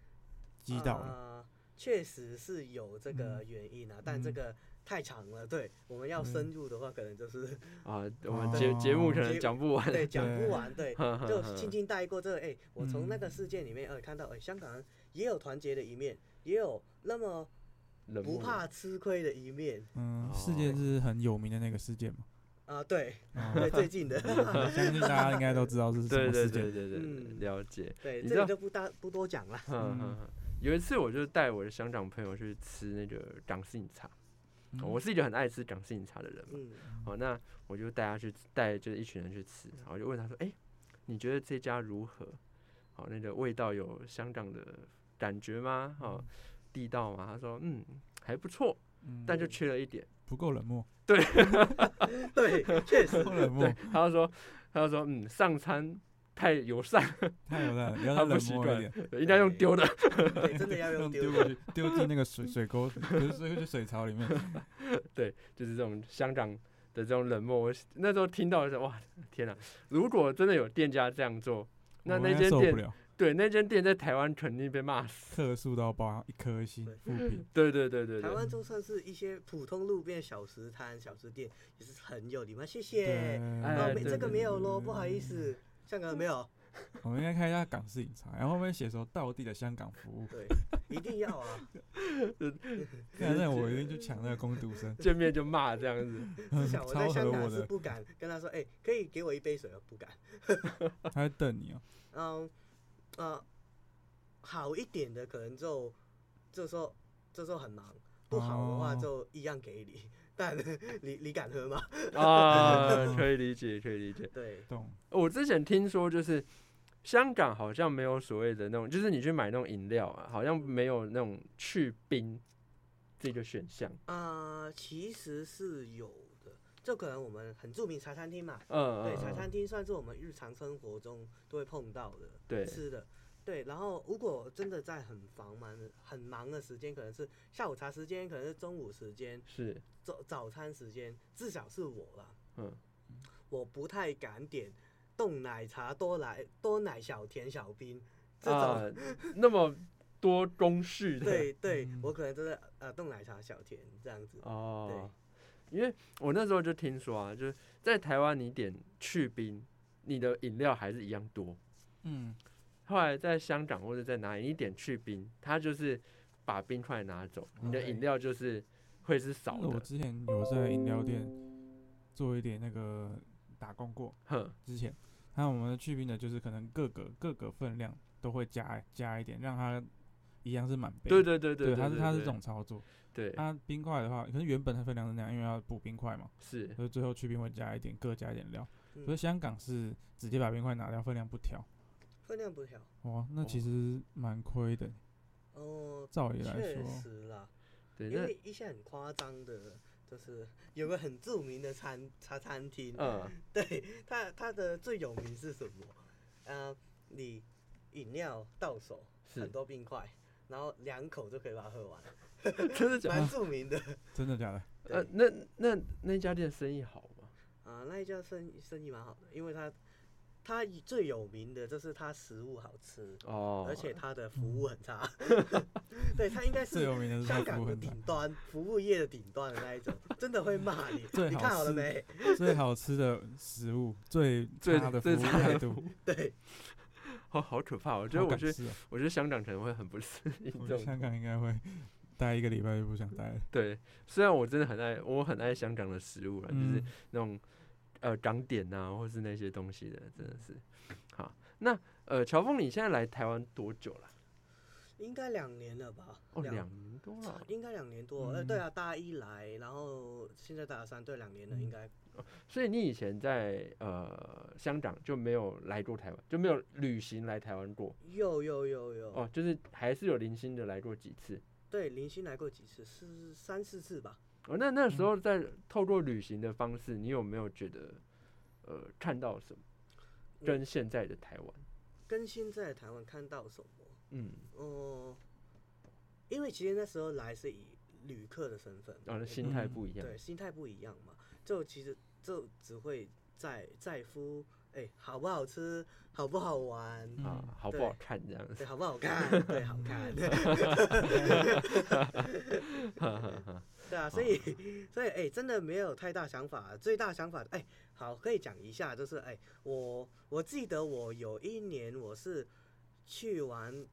D: 击倒了。
E: 啊确实是有这个原因啊，但这
D: 嗯
E: 个太长了，对，我们要
D: 嗯
E: 深入的话，可能就是
B: 啊，我们节节目可能讲不完，，
E: 哦对，讲不
D: 对
E: 完，对就轻轻带过这个。哎、我从那
D: 嗯
E: 个事件里面，呃，看到，哎、香港人也有团结的一面，也有那么
B: 冷
E: 不
B: 漠
E: 怕吃亏的一面
D: 嗯
B: 哦，
D: 世界是很有名的那个 事件嘛，
E: 啊、对，
D: 哦
E: 对，最近 的，
D: 相信大家应该都知道是什
B: 对
D: 么
B: 对
D: 事
B: 对
D: 件。
B: 对对，对
E: 嗯
B: 了解。
E: 对，
B: 你知
E: 这
B: 道
E: 里就不大不多讲了。
B: 嗯，有一次我就带我的香港朋友去吃那个港式饮茶，哦
D: 嗯
B: 我是一个很爱吃港式饮茶的人嘛，
E: 嗯，
B: 好，那我就带他去带就是一群人去吃，然后就问他说，哎、你觉得这家如何？好，那个味道有香港的感觉吗？好，地道吗？他说，嗯，还不错，
D: 嗯
B: 但就缺了一点。
D: 不够冷漠，
E: 对，确实
D: 不，够冷漠
B: 对，，他就说，他就说，嗯，上餐太友善，
D: 太有了，要
B: 他
D: 再
B: 不
D: 冷
B: 习
D: 漠一
B: 惯
D: 点，
B: 应该用丢的。
E: 对，真的要用
D: 用
E: 丢
D: 丢过去，丢进那个水水沟，不是水去水槽里面。
B: 就是这种香港的这种冷漠。我那时候听到的时候，哇，天哪、如果真的有店家这样做， 那
D: 我
B: 那
D: 应该
B: 间
D: 受不
B: 店
D: 了，
B: 对那间店在台湾肯定被骂死。
D: 客诉到爆，一颗星
E: 对嗯
D: 负评。
B: 对对对对
E: 台
B: 对，
E: 湾就算是一些普通路边小吃摊、小吃店，也是很有礼貌。谢
D: 对
E: 谢。
B: 哎
E: 哦，没
B: 对，
E: 这个没有喽，
D: 呃对
E: 不好意思，香港人没有。
D: 我们应该开一下港式饮茶，然后后面写说道地的香港服务。
E: 对，一定要啊！
D: 反正我一定去抢那个工读 生
B: 见面就骂这样子，
E: 至少我在
D: 超合
E: 香港
D: 我
E: 是
D: 的
E: 不敢跟他说，哎、可以给我一杯水吗？不敢。
D: 他在瞪你哦。
E: 嗯，呃，好一点的可能就这时候这时候很忙，不好的话
D: 哦
E: 就一样给你。但你你敢喝吗？
B: 啊，可以理解，可以理解。
E: 对，
D: 懂，
B: 我之前听说就是。香港好像没有所谓的那种，就是你去买那种饮料啊，好像没有那种去冰这个选项。
E: 啊、其实是有的，就可能我们很著名茶餐厅嘛，
B: 嗯，
E: 对，
B: 嗯
E: 茶
B: 嗯
E: 餐厅算是我们日常生活中都会碰到的。
B: 对，
E: 吃的。对，然后如果真的在很繁忙的、很忙的时间，可能是下午茶时间，可能是中午时间、
B: 是，
E: 早早餐时间，至少是我啦，
B: 嗯，
E: 我不太敢点冻奶茶、多奶多奶小甜小冰这种。
B: 啊、那么多公式的，
E: 对对，
D: 嗯
E: 我可能真的呃冻奶茶小甜这样子。
B: 哦，因为我那时候就听说啊，就是在台湾你点去冰，你的饮料还是一样多。
D: 嗯，
B: 后来在香港或者在哪里，你点去冰，它就是把冰块拿走，你的饮料就是会是少
D: 我
B: 的。
D: 之前有在饮料店做一点那个打工过，
B: 哼，
D: 之前，那我们的去冰的就是可能各个各个分量都会加加一点，让它一样是满杯。
B: 对对对
D: 对
B: 对，
D: 它是它是
B: 对
D: 这种操作。
B: 对
D: 它冰块的话，可能原本它分量是那样，因为要补冰块嘛，
B: 是
D: 所以最后去冰会加一点，各加一点料。
E: 嗯
D: 所以香港是直接把冰块拿掉，分量不调。
E: 分量不小
D: 哇，那其
B: 哦
D: 实蛮亏的。
E: 哦，
D: 照理来
E: 确
D: 说，
E: 实啦，
B: 对
E: 因
B: 那
E: 为一些很夸张的，就是有个很著名的餐茶餐厅，
B: 嗯
E: 对，它它的最有名是什么？呃，你饮料到手，很
B: 是
E: 多冰块，然后两口就可以把它喝完，
B: 真的假
E: 蛮著名的。
D: 真的假的？
B: 的？呃，那那那家店生意好吗？
E: 啊、那一家生意生意蛮好的，因为它它以最有名的就是它食物好吃，
B: 哦，
E: 而且它的服务很差。 对，它应该
D: 嗯最
E: 是
D: 有名的是
E: 香
D: 它服
E: 港
D: 务
E: 的
D: 很差，
E: 顶端，服务业的顶端的那一种，真的会骂你。
D: 最
E: 你
D: 好
E: 看好了
D: 吃
E: 没？
D: 最好吃的食物，最
B: 最
D: 差的服
B: 最
D: 务
B: 差的
D: 态度。
E: 对，
B: 好好可怕哦！我觉
D: 好
B: 得我
D: 敢
B: 觉得
D: 吃哦
B: 我觉得香港可能会很不适应
D: 我
B: 这种
D: 觉得。香港应该会待一个礼拜就不想待了。
B: 对，虽然我真的很爱，我很爱香港的食物啦，就是
D: 嗯
B: 那种呃港点啊，或是那些东西的，真的是好。那呃，乔峰，你现在来台湾多久了？
E: 应该两年了吧？
B: 哦，两年多了，
E: 应该两年
B: 嗯
E: 多。呃，对啊，大一来，然后现在大三，对，两年了，
B: 嗯
E: 应该
B: 所以你以前在呃香港就没有来过台湾，就没有旅行来台湾过
E: 有有有有。
B: 哦，就是还是有零星的来过几次
E: 对，零星来过几次，是三四次吧。
B: 哦。那那时候在透过旅行的方式，你有没有觉得呃看到什么？
E: 我
B: 跟现在的台湾，
E: 跟现在的台湾看到什么？
B: 嗯，
E: 哦、因为其实那时候来是以旅客的身份，
B: 然后
E: 对
B: 哦心态
D: 嗯
B: 不一样，
E: 对，心态不一样嘛，就其实就只会在在乎，哎、好不好吃，好不好玩，
B: 啊，好不
E: 嗯对
B: 好看这样子。
E: 对，好不好看，对，好 看，对
B: 哦
E: 啊，所以 所以哎、真的没有太大想法，最大想法哎、好，可以讲一下，就是哎、我我记得我有一年我是去玩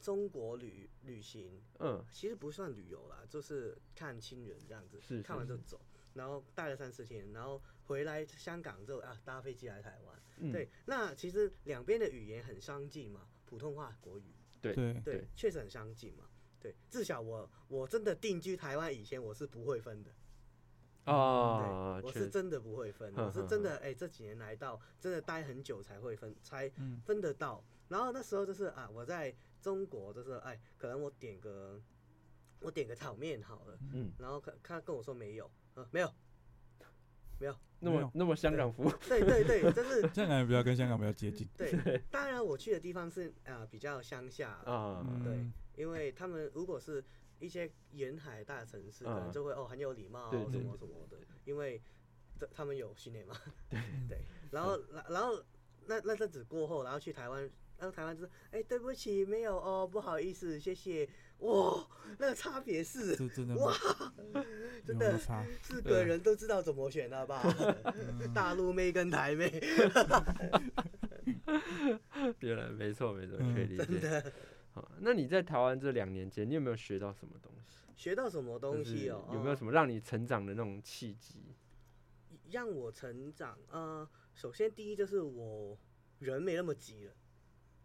E: 中国旅旅行，
B: 嗯，
E: 其实不算旅游啦，就是看亲人这样子，
B: 是是
E: 看完就走，然后待了三四天，然后回来香港之后啊，搭飞机来台湾。
B: 嗯
E: 对，那其实两边的语言很相近嘛，普通话、国语，
B: 对
D: 对，
E: 对
B: 对，
E: 确实很相近嘛。对，至少我我真的定居台湾以前，我是不会分的。
B: 啊，
E: 嗯对，我
B: 确
E: 是真的不会分，
B: 哼
E: 我是真的哎、这几年来到真的待很久才会分，才
D: 嗯
E: 分得到。然后那时候就是啊，我在中国就是哎，可能我点个我点个炒面好了，
B: 嗯，
E: 然后他他跟我说没有，啊没有，没有，
B: 那
D: 没
B: 么
D: 有
B: 那么香港 服，
E: 对对对， 就是
D: 这样感觉比较跟香港比较接近。
E: 对。当然我去的地方是啊、比较乡下，
B: 啊，
D: 嗯，
E: 对因为他们如果是一些沿海大城市，可能
B: 嗯
E: 就会哦很有礼貌
B: 对对
E: 什么
B: 对
E: 什么的，因为这他们有训练嘛。 对对，然后然然后那那阵子过后，然后去台湾，然后台湾就是哎对不起没有哦不好意思谢谢，哇那个差 别是
D: 这真的
E: 哇
D: 有
E: 真的
D: 有差，
E: 四个人都知道怎么选了吧？ 大陆妹跟台妹，
B: 原来没错没错，
D: 嗯
B: 可以理解。好，那你在台湾这两年间，你有没有学到什么东西？
E: 学到什
B: 就
E: 么东西
B: 是
E: 哦？
B: 有没有
E: 哦
B: 什么让你成长的那种契机？
E: 让我成长，呃，首先第一就是我人没那么急了，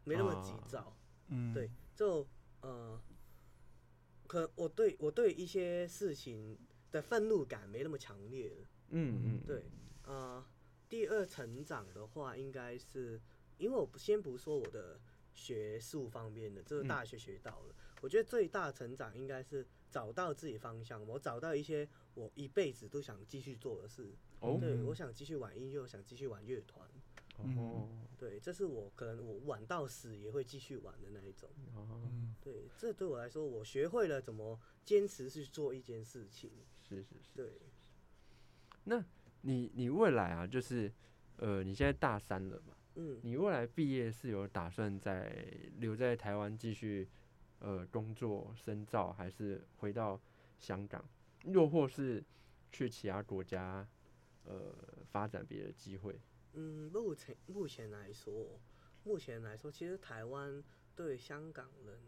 E: 没那么急
B: 啊
E: 躁，
D: 嗯，
E: 对，就呃，可我对我对一些事情的愤怒感没那么强烈了，
B: 嗯嗯，
E: 对，呃，第二成长的话，应该是因为我不先不说我的学术方面的，这
B: 嗯
E: 是大学学到了，我觉得最大成长应该是找到自己方向，我找到一些我一辈子都想继续做的事，
B: 哦
E: 对
D: 嗯
E: 我想继续玩音乐，我想继续玩乐团，
B: 哦
E: 对，这是我可能我玩到死也会继续玩的那一种。
B: 哦，
D: 嗯，
E: 对，这对我来说，我学会了怎么坚持去做一件事情。
B: 是是是。
E: 对，
B: 你你未来啊，就是呃，你现在大三了嘛，
E: 嗯，
B: 你未来毕业是有打算在留在台湾继续呃工作深造，还是回到香港，又或是去其他国家呃发展别的机会？
E: 嗯，目前目前来说，目前来说，其实台湾对香港人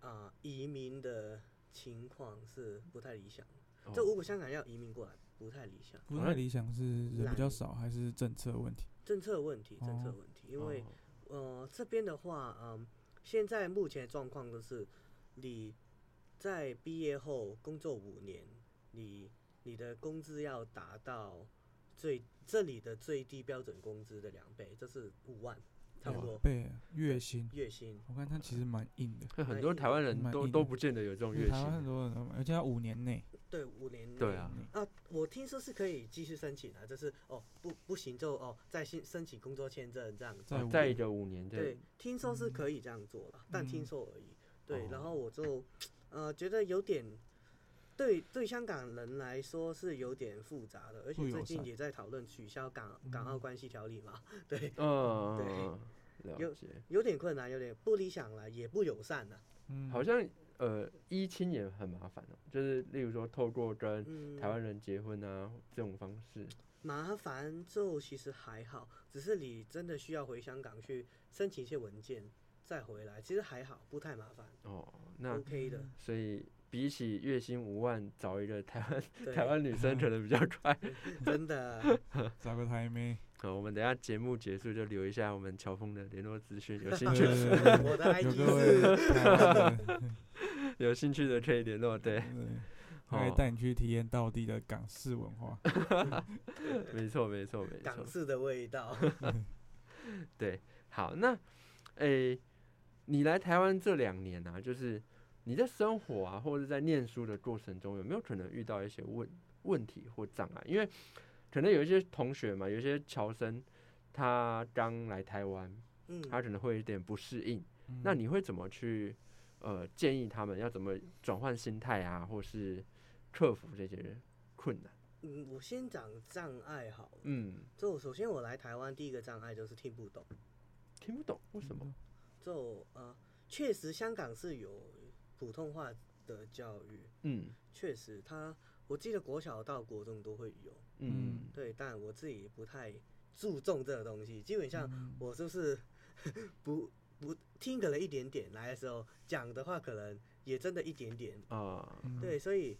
E: 啊、移民的情况是不太理想。就如
B: 哦
E: 果香港要移民过来，不太理想，
D: 不太理想是人
E: 懒
D: 比较少还是政策问题？
E: 政策问题，政策
D: 哦
E: 问题，因为
B: 哦
E: 呃，这边的话，嗯，现在目前的状况就是，你在毕业后工作五年，你你的工资要达到最这里的最低标准工资的两倍，就是五万，差不多
D: 对，啊月薪，
E: 月薪。
D: 我看他其实蛮硬的，
B: 那很多台湾人
D: 蛮
B: 都
D: 硬
B: 都
D: 的
B: 不见得有这种
D: 因为
B: 月
D: 台湾
B: 薪，
D: 很多人都，而且要五年内，
E: 对，五年内。
B: 对啊，
E: 啊，我听说是可以继续申请的，就是哦，不不行就哦，再申申请工作签证这样子。
D: 在
B: 哦在一
D: 年
B: 个五年这
E: 对，听说是
D: 嗯
E: 可以这样做了，但听
D: 嗯
E: 说而已。对，
B: 哦
E: 然后我就，呃，觉得有点，对对香港人来说是有点复杂的，而
D: 不
E: 且最
D: 友
E: 近
D: 善
E: 也在讨论取消港港澳关系条例嘛， 对，
B: 嗯，
E: 对
B: 嗯嗯了
E: 有
B: 解，
E: 有点困难，有点不理想了，也不友善了。
D: 嗯，
B: 好像呃一亲也很麻烦哦，就是例如说透过跟
E: 嗯，
B: 台湾人结婚啊这种方式，
E: 麻烦就其实还好，只是你真的需要回香港去申请一些文件再回来，其实还好，不太麻烦
B: 哦，那嗯
E: ，OK 的。
B: 所以比起月薪五万找一个台湾
E: 对，
B: 台湾女生可能比较快。
E: 真的
D: 找个台妹，
B: 好，我们等一下节目结束就留一下我们乔峰的联络资讯，有兴
D: 对
B: 趣
D: 对对 对
E: 我的
D: 有
E: IG
D: 各位
E: 是
D: 台湾的，
B: 有兴趣的可以联络。对，
D: 对，他可以
B: 哦
D: 带你去体验道地的港式文化。
B: 没错没错没错
E: 港。式的味道。
B: 对，好，那诶、你来台湾这两年啊，就是你在生活啊，或者在念书的过程中，有没有可能遇到一些问问题或障碍？因为可能有一些同学嘛，有一些侨生，他刚来台湾，
E: 嗯，
B: 他可能会有点不适应。那你会怎么去呃建议他们要怎么转换心态啊，或是克服这些困难？
E: 嗯，我先讲障碍好了。
B: 嗯，
E: 就首先我来台湾第一个障碍就是听不懂。
B: 听不懂为什么？
E: 就呃，确实香港是有普通话的教育，
B: 嗯
E: 确实它我记得国小到国中都会有。
B: 嗯
D: 嗯
E: 对，但我自己不太注重这个东西，基本上
D: 嗯
E: 我就是不不听可能一点点，来的时候讲的话可能也真的一点点，
B: 啊
D: 嗯
E: 对，所以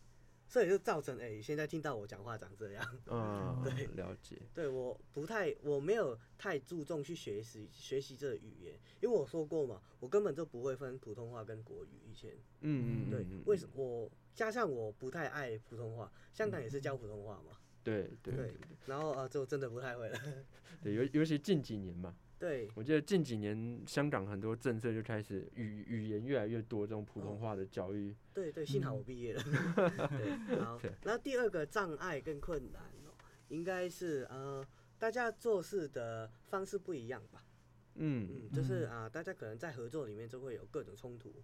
E: 所以就造成哎、现在听到我讲话长这样，
B: 啊
E: 嗯对，
B: 了解。
E: 对，我不太我没有太注重去学习学习这个语言，因为我说过嘛，我根本就不会分普通话跟国语以前，
B: 嗯，嗯
E: 对，
B: 嗯
E: 为什
B: 嗯
E: 么我加上我不太爱普通话，香港也是教普通话嘛，
B: 对对
E: 对
B: 对
E: 然后啊就真的不太会了，
B: 对，尤尤其近几年嘛，
E: 对。
B: 我记得近几年香港很多政策就开始语语言越来越多这种普通
E: 哦
B: 话的教育。
E: 对对，幸好我毕 业了。对，好
B: 嗯对，
E: 然后第二个障碍跟困难哦，应该是呃，大家做事的方式不一样吧？
B: 嗯
E: 嗯，就是
D: 嗯
E: 啊、大家可能在合作里面就会有各种冲突，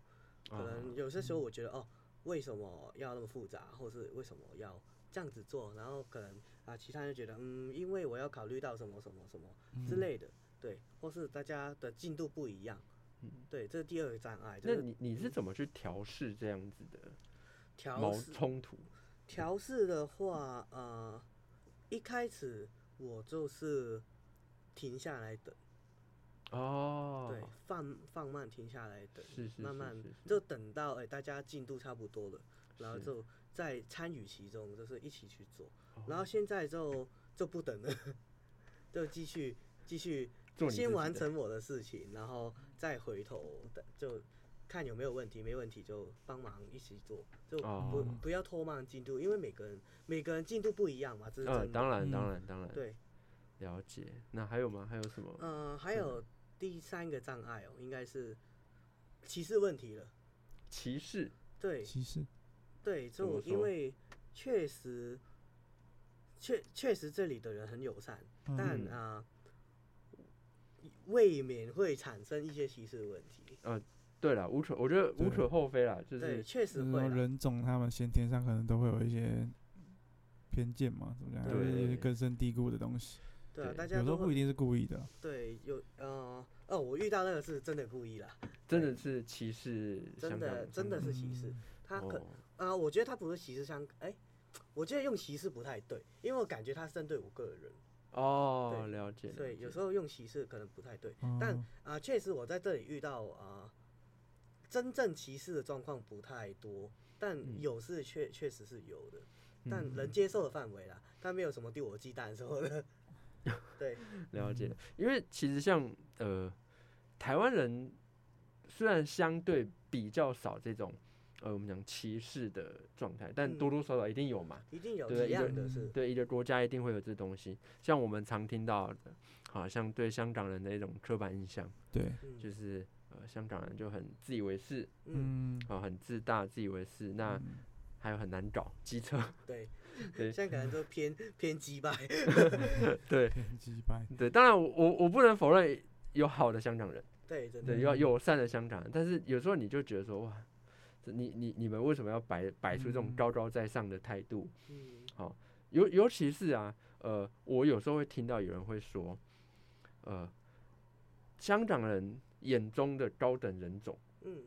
E: 可
B: 啊
E: 能有些时候我觉得哦，为什么要那么复杂，或是为什么要这样子做，然后可能啊、其他人就觉得嗯，因为我要考虑到什么什么什么之类的，对，或是大家的进度不一样，
B: 嗯
E: 对，这是第二个障碍，就
B: 那
E: 是
B: 你你是怎么去调试这样子的
E: 调
B: 矛
E: 试
B: 冲突？
E: 调试的话，呃，一开始我就是停下来等，
B: 哦，
E: 对，放放慢停下来等，
B: 是是
E: 慢
B: 是
E: 慢
B: 是是
E: 就等到哎、大家进度差不多了，然后
B: 是
E: 就再参与其中，就是一起去做。
B: 哦
E: 然后现在就就不等了， 就继续继续
B: 做你自己
E: 先
B: 的
E: 完成我的事情，然后再回头的就看有没有问题，没问题就帮忙一起做，就不、
B: 哦
E: 不要拖慢进度，因为每个人每个人进度不一样嘛，这是真的。
B: 呃，当然当
D: 嗯
B: 然当然，
E: 对，
B: 了解。那还有吗？还有什么？
E: 呃，还
B: 嗯
E: 有第三个障碍哦，应该是歧视问题了。
B: 歧视？
E: 对
D: 其实
E: 对，
B: 怎么
E: 就因
B: 说
E: 为确实确确实这里的人很友善，但
B: 嗯
E: 啊、未免会产生一些歧视问题。
B: 对了，无可，我觉得无
D: 对
B: 可厚非啦，就
E: 对，
B: 是嗯
E: 确实
D: 就是
E: 会
D: 说
E: 啦。
D: 人种他们先天上可能都会有一些偏见嘛，怎么讲？
B: 对
D: 一些根深蒂固的东西，
E: 对啊，
B: 对
E: 大家
D: 有时
E: 都
D: 候不一
E: 会
D: 定是故意的。
E: 对有呃哦，我遇到那个是真的故意啦，
B: 真的是歧视香
E: 真
B: 港，
E: 的真的
B: 香
E: 是歧视
D: 嗯。
E: 他
B: 港
E: 可
B: 哦
E: 啊，我觉得他不是歧视香，哎，我觉得用歧视不太对，因为我感觉他是针对我个人。
B: 哦，
E: 对
B: 了解。了
E: 所以有
B: 解
E: 时候用歧视可能不太对，但
D: 哦
E: 啊，确、实我在这里遇到啊、真正歧视的状况不太多，但
B: 嗯
E: 有是确确实是有的，但
B: 嗯
E: 能接受的范围啦，但没有什么丢我鸡蛋什 么的。对，
B: 嗯了解，因为其实像呃，台湾人虽然相对比较少这种呃我们讲歧视的状态，但
E: 嗯
B: 多多少少一定有嘛。
E: 一定有
B: 对
E: 几样的
D: 一个
E: 是，
B: 对一个国家一定会有这东西，像我们常听到的，好像对香港人的一种刻板印象，
D: 对，
E: 嗯
B: 就是呃香港人就很自以为是，
E: 嗯，
D: 嗯，
B: 啊、很自大，自以为是，那
D: 嗯
B: 还有很难搞，机车，
E: 对，
B: 对
E: 现在可能都 偏偏鸡掰，
B: 对
D: 偏激白，
B: 对，当然我我我不能否认有好的香港人。
E: 对，真的
B: 对，要友善的香港人，但是有时候你就觉得说，哇，这你你你们为什么要摆摆出这种
D: 嗯
B: 高高在上的态度？
E: 嗯
B: 尤尤其是啊，呃，我有时候会听到有人会说，呃，香港人眼中的高等人种
E: 嗯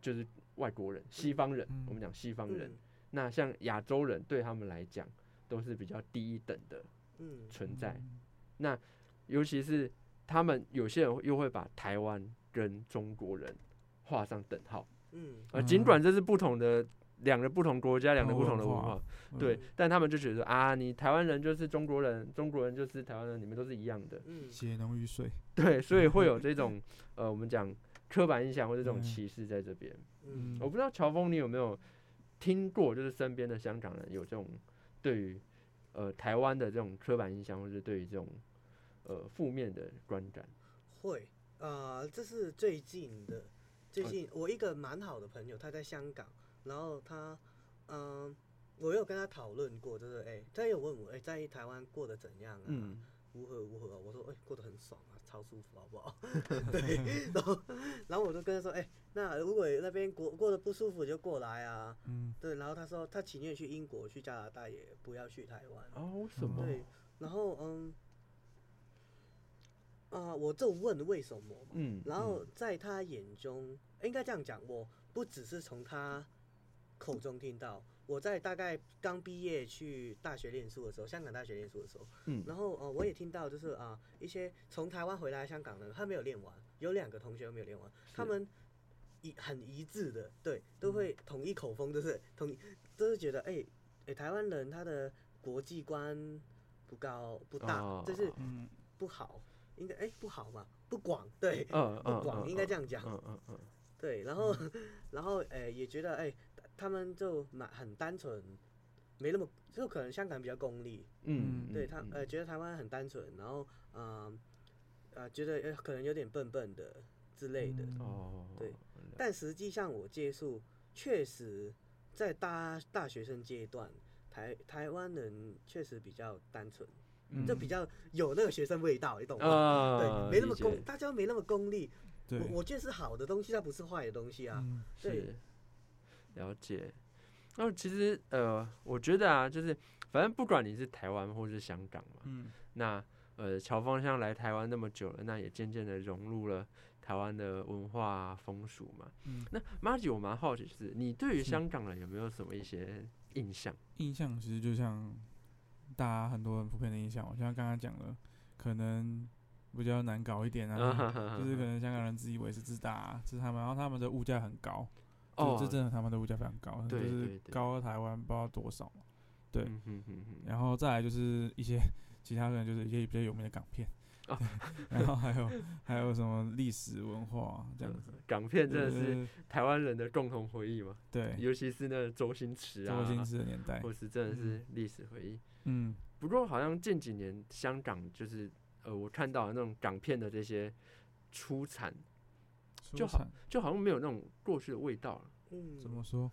B: 就是外国人、西方人，我们
D: 嗯
B: 讲西方人。
E: 嗯
B: 那像亚洲人对他们来讲都是比较低一等的
E: 嗯
B: 存在，尤其是他们有些人又会把台湾跟中国人画上等号。
E: 嗯，
B: 呃，尽管
D: 嗯
B: 这是不同的两个不同国家，两个
D: 哦
B: 不同
D: 文
B: 的文
D: 化嗯
B: 化，对，但他们就觉得啊，你台湾人就是中国人，中国人就是台湾人，你们都是一样的，
E: 嗯，
D: 血浓于水，
B: 对，所以会有这 种呃，我们讲刻板印象或者这种
D: 嗯
B: 歧视在这边。
E: 嗯，
B: 我不知道乔峰你有没有听过，就是身边的香港人有这种对于呃台湾的这种刻板印象，或者是对于这种呃负面的观感。
E: 会，呃，这是最近的，最
B: 哦
E: 近我一个蛮好的朋友，他在香港，然后他，嗯、我有跟他讨论过，就是哎、他有问我，哎、在台湾过得怎样啊？
D: 嗯，
E: 如何如何啊？我说，哎、过得很爽啊，超舒服，好不好？ 对，然后，然后我就跟他说，哎、那如果那边过过得不舒服，就过来啊。
D: 嗯，
E: 对，然后他说，他情愿去英国、去加拿大，也不要去台湾。
B: 哦，为什么？
E: 嗯对，然后嗯，啊、我就问为什么嘛，
B: 嗯，
E: 然后在他眼中，应该这样讲，我不只是从他口中听到，我在大概刚毕业去大学念书的时候，香港大学念书的时候，
B: 嗯
E: 然后呃，我也听到就是啊、一些从台湾回来香港的，他没有练完，有两个同学没有练完，他
B: 是
E: 们一很一致的，对，都会统一口风，就是统一，都是觉得哎哎、台湾人他的国际观不高不大，
B: 哦
E: 就是
D: 嗯，
E: 不好，应该哎、不好嘛，不广，对，
B: 嗯
E: 不
B: 嗯
E: 广，
B: 嗯
E: 应该这
B: 嗯
E: 样讲。
B: 嗯嗯嗯，
E: 对，然后，然后，哎、也觉得，哎、他们就蛮很单纯，没那么，就可能香港比较功利，
B: 嗯，
E: 对他，呃，
B: 嗯
E: 觉得台湾很单纯，然后，嗯、呃，觉得、呃、可能有点笨笨的之类的。
D: 嗯
B: 哦，
E: 对
B: 了，
E: 但实际上，我接触确实在大大学生阶段，台台湾人确实比较单纯，
D: 嗯
E: 就比较有那个学生味道，你懂吗？
B: 啊，
E: 对，没那么
B: 理解
E: 功，，大家没那么功利。
D: 对，
E: 我我觉得是好的东西，它不是坏的东西啊。
D: 嗯
E: 对
B: 是，了解。那其实呃，我觉得啊，就是反正不管你是台湾或是香港嘛，
D: 嗯，
B: 那呃，乔方向来台湾那么久了，那也渐渐的融入了台湾的文化啊、风俗嘛。
D: 嗯
B: 那 Margie，我蛮好奇是，你对于
D: 是
B: 香港人有没有什么一些印象？
D: 印象其实就像大家很多人普遍的印象，我像刚刚讲了，可能比较难搞一点啊，
B: 嗯
D: 就是可能香港人自以为是自大、啊，是他们，然后他们的物价很高，
B: 哦，
D: 就这真的他们的物价非常高，
B: 对对
D: 就是
B: 对
D: 高到台湾不知道多少嘛，对，
B: 嗯哼哼哼
D: 然后再来就是一些其他可能就是一些比较有名的港片，
B: 哦
D: 对 然后还有还有什么历史文化这样子，
B: 港片嗯真的是
D: 呃
B: 台湾人的共同回忆嘛，
D: 对，
B: 尤其是那周星驰啊，
D: 周星驰的年代，
B: 或是真的是
D: 嗯
B: 历史回忆。
D: 嗯，
B: 不过好像近几年香港就是呃，我看到的那种港片的这些出产，就
D: 出产
B: 就好像没有那种过去的味道了。
E: 嗯，
D: 怎么说？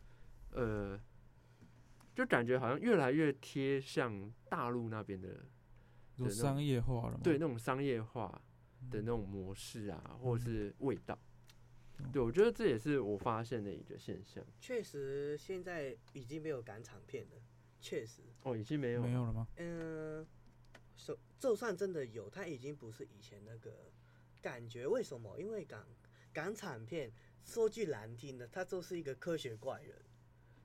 B: 呃，就感觉好像越来越贴向大陆那边的，对那
D: 有
B: 种
D: 商业化了吗？
B: 对那种商业化的那种模式
D: 嗯
B: 啊，或者是味道。对，我觉得这也是我发现的一个现象。
E: 确实，现在已经没有赶场片了。确实，
B: 哦，已经没有
D: 没
B: 了
D: 有了吗？
E: 嗯、手就算真的有，它已经不是以前那个感觉。为什么？因为港港产片，说句难听的，它就是一个科学怪人，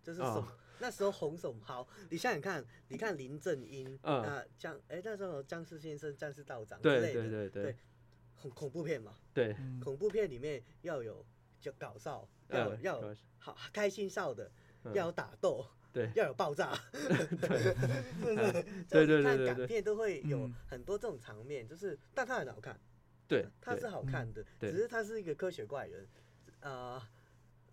E: 就是
B: 啊
E: 手、那时候红手好，你想想看，你看林正英，
B: 嗯
E: 啊僵，哎、那时候僵尸先生、僵尸道长之
B: 对
E: 类的，
B: 对对对
E: 对恐恐怖片嘛，
B: 对，
D: 嗯，
E: 恐怖片里面要有就搞笑，要有、
B: 嗯
E: 要
B: 搞
E: 有
B: 笑
E: 好开心笑的，
B: 嗯
E: 要有打斗，
B: 对
E: 要有爆炸，对不对？
B: 对对
E: 就
B: 对
E: 你
B: 对
E: 看
B: 对
E: 港片都会有
D: 嗯
E: 很多这种场面，就是但它很好看，
B: 对，
E: 它
B: 对嗯
E: 是好看的，
B: 对
E: 只是它是一个科学怪人，呃。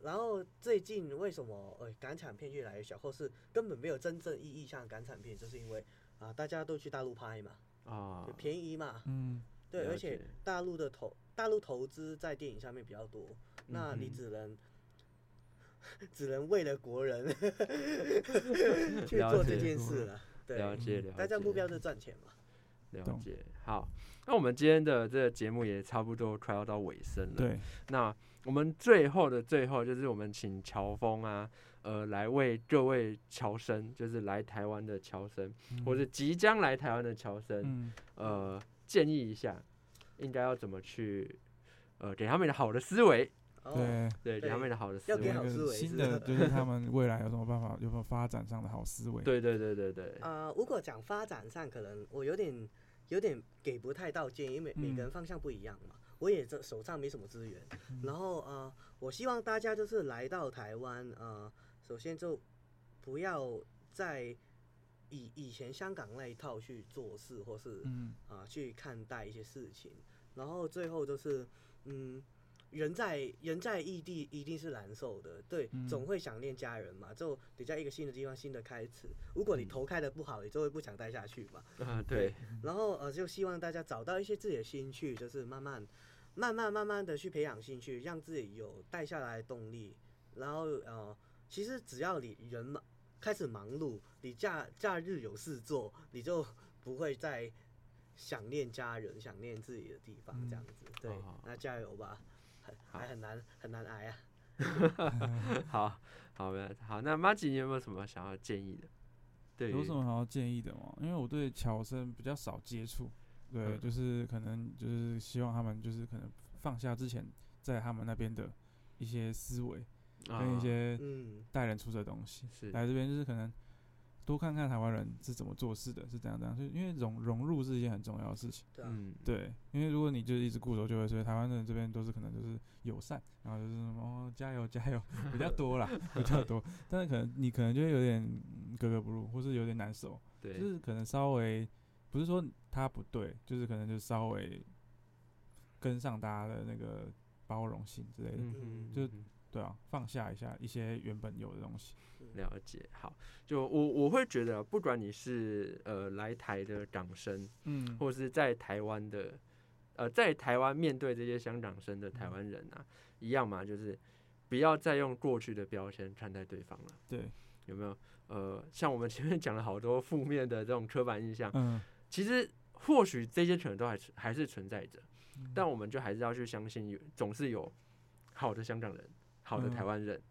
E: 然后最近为什么呃港产片越来越小，或是根本没有真正意义上的港产片，就是因为啊、大家都去大陆拍嘛，
B: 啊
E: 就，便宜嘛，
D: 嗯，
E: 对，
B: 了
E: 而且
B: 解
E: 大陆的投大陆投资在电影上面比较多，那
B: 嗯
E: 你
B: 哼
E: 只能、 只能为了国人 去
B: 了
E: 做
B: 解
E: 这件事了。
B: 了
E: 对，
B: 解了
D: 嗯
B: 解。
E: 大家目标是赚钱嘛。
B: 了
D: 懂
B: 解。好，那我们今天的这个节目也差不多快要到尾声了。，
D: 对，
B: 那我们最后的最后，就是我们请乔峰啊，呃，来为各位侨生，就是来台湾的侨生，或者即将来台湾的侨生，
D: 嗯，
B: 呃，建议一下，应该要怎么去，呃，给他们一个好的思维，
E: 哦，
D: 对，
B: 对，给他们一个好的思
E: 要
D: 有
E: 给
D: 一
E: 好
B: 维。
E: 思维
D: 个
E: 是
D: 新
E: 不
D: 的
E: 是
D: 就是他们未来有什么办法，有没有发展上的好思维？，
B: 对对对对对，
E: 啊、如果讲发展上，可能我有点有点给不太到建议，因为每每个人方向不一样嘛。我也这手上没什么资源，然后呃，我希望大家就是来到台湾，呃，首先就不要再以以前香港那一套去做事，或是
D: 嗯，
E: 啊、去看待一些事情。然后最后就是，嗯，人在人在异地一定是难受的，对，
D: 嗯
E: 总会想念家人嘛。就你在一个新的地方，新的开始，如果你
B: 嗯
E: 头开的不好，你就会不想待下去嘛。
B: 啊，对，
E: 然后呃，就希望大家找到一些自己的兴趣，就是慢慢、慢慢、慢慢的去培养兴趣，让自己有带下来的动力。然后呃，其实只要你人嘛开始忙碌，你假假日有事做，你就不会再想念家人、想念自己的地方这样子。对，
B: 哦
E: 那加油吧，很还
B: 好
E: 很难很难 挨啊。
B: 好，好，没有好。那马吉，你有没有什么想要建议的？对
D: 有
B: 于
D: 什么好建议的吗？因为我对侨生比较少接触，对，
B: 嗯
D: 就是可能就是希望他们就是可能放下之前在他们那边的一些思维跟
B: 啊
D: 一些
E: 嗯，
D: 待人处事的东西，
B: 是
D: 来这边就是可能多看看台湾人是怎么做事的，是怎样怎样，就因为融融入是一件很重要的事情。
E: 对啊，
B: 嗯，
D: 对，因为如果你就一直固守就会，所以台湾人这边都是可能就是友善，然后就是什么哦加油加油比 较多啦，比较多。但是可能你可能就会有点嗯格格不入，或是有点难受，就
B: 对，
D: 是可能稍微不是说他不对，就是可能就稍微跟上大家的那个包容性之类的。
B: 嗯
E: 嗯
B: 哼，
D: 就
B: 嗯哼
D: 对啊，放下一下一些原本有的东西。
E: 嗯
B: 了解。好，就我我会觉得，不管你是呃来台的港生，
D: 嗯，
B: 或是在台湾的，呃，在台湾面对这些香港生的台湾人啊，一样嘛，就是不要再用过去的标签看待对方了，
D: 对，
B: 有没有？呃，像我们前面讲了好多负面的这种刻板印象，
D: 嗯，
B: 其实或许这些可能都还是还是存在着，
D: 嗯
B: 但我们就还是要去相信有，总是有好的香港人，好的台
D: 嗯
B: 湾人。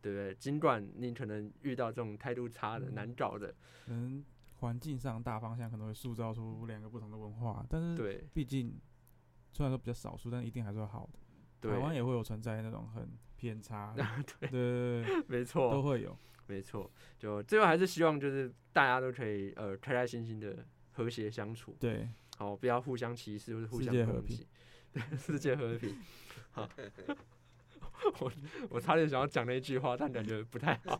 B: 对不对？尽管你可能遇到这种态度差的、
D: 嗯
B: 难搞的，
D: 可能环境上大方向可能会塑造出两个不同的文化，但是
B: 对
D: 毕竟虽然说比较少数，但一定还是会好的。
B: 对
D: 台，湾也会有存在那种很 偏差的，对对对，
B: 没错，
D: 都会有。
B: 没错，就最后还是希望就是大家都可以呃开开心心的和谐相处，
D: 对，
B: 好，不要互相歧视或者互
D: 世
B: 相
D: 界和
B: 攻击，对，世界和 平。好， 我我差点想要讲那一句话，但感觉不太好，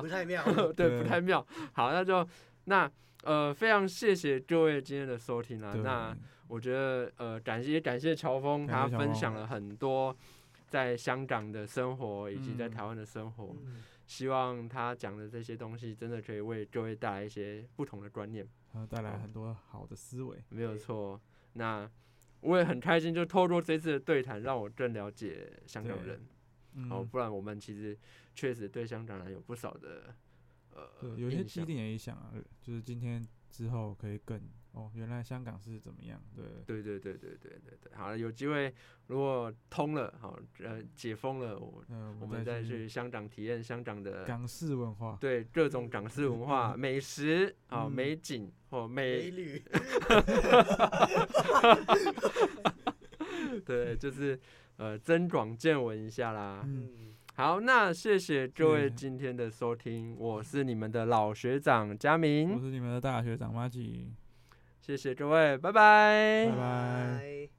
E: 不太 妙。
B: 对，
D: 对
B: 不太妙。好，那就那呃非常谢谢各位今天的收听啊，
D: 对
B: 那我觉得呃感谢感谢乔峰，
D: 感
B: 他
D: 谢乔
B: 分
D: 峰
B: 享了很多在香港的生活以及在
D: 嗯
B: 台湾的生活。
E: 嗯
B: 希望他讲的这些东西真的可以为各位带来一些不同的观念，
D: 然呃后带来很多好的思维。
B: 没有
E: 对
B: 错。那我也很开心，就透过这次的对谈，让我更了解香港
D: 对
B: 人。哦，
D: 嗯，
B: 不然我们其实确实对香港人有不少的呃
D: 对，有一些
B: 印
D: 既
B: 象。
D: 定的影响啊，就是今天之后可以更哦，原来香港是怎么样？对，
B: 对对对对对对对，好了，有机会如果通了，好呃解封了，我
D: 嗯，
B: 我们再去
D: 去
B: 香港体验香港嗯的
D: 港式文化，
B: 对各种港式文化、美食啊、
D: 嗯
B: 美景或美
E: 美女，
B: 对，就是呃增广见闻一下啦。
D: 嗯，
E: 嗯，
B: 好，那谢谢各位
D: 谢谢
B: 今天的收听，我是你们的老学长佳明
D: 我，是你们的大学长马吉，
B: 谢谢各位，拜拜
D: 拜拜
E: 拜。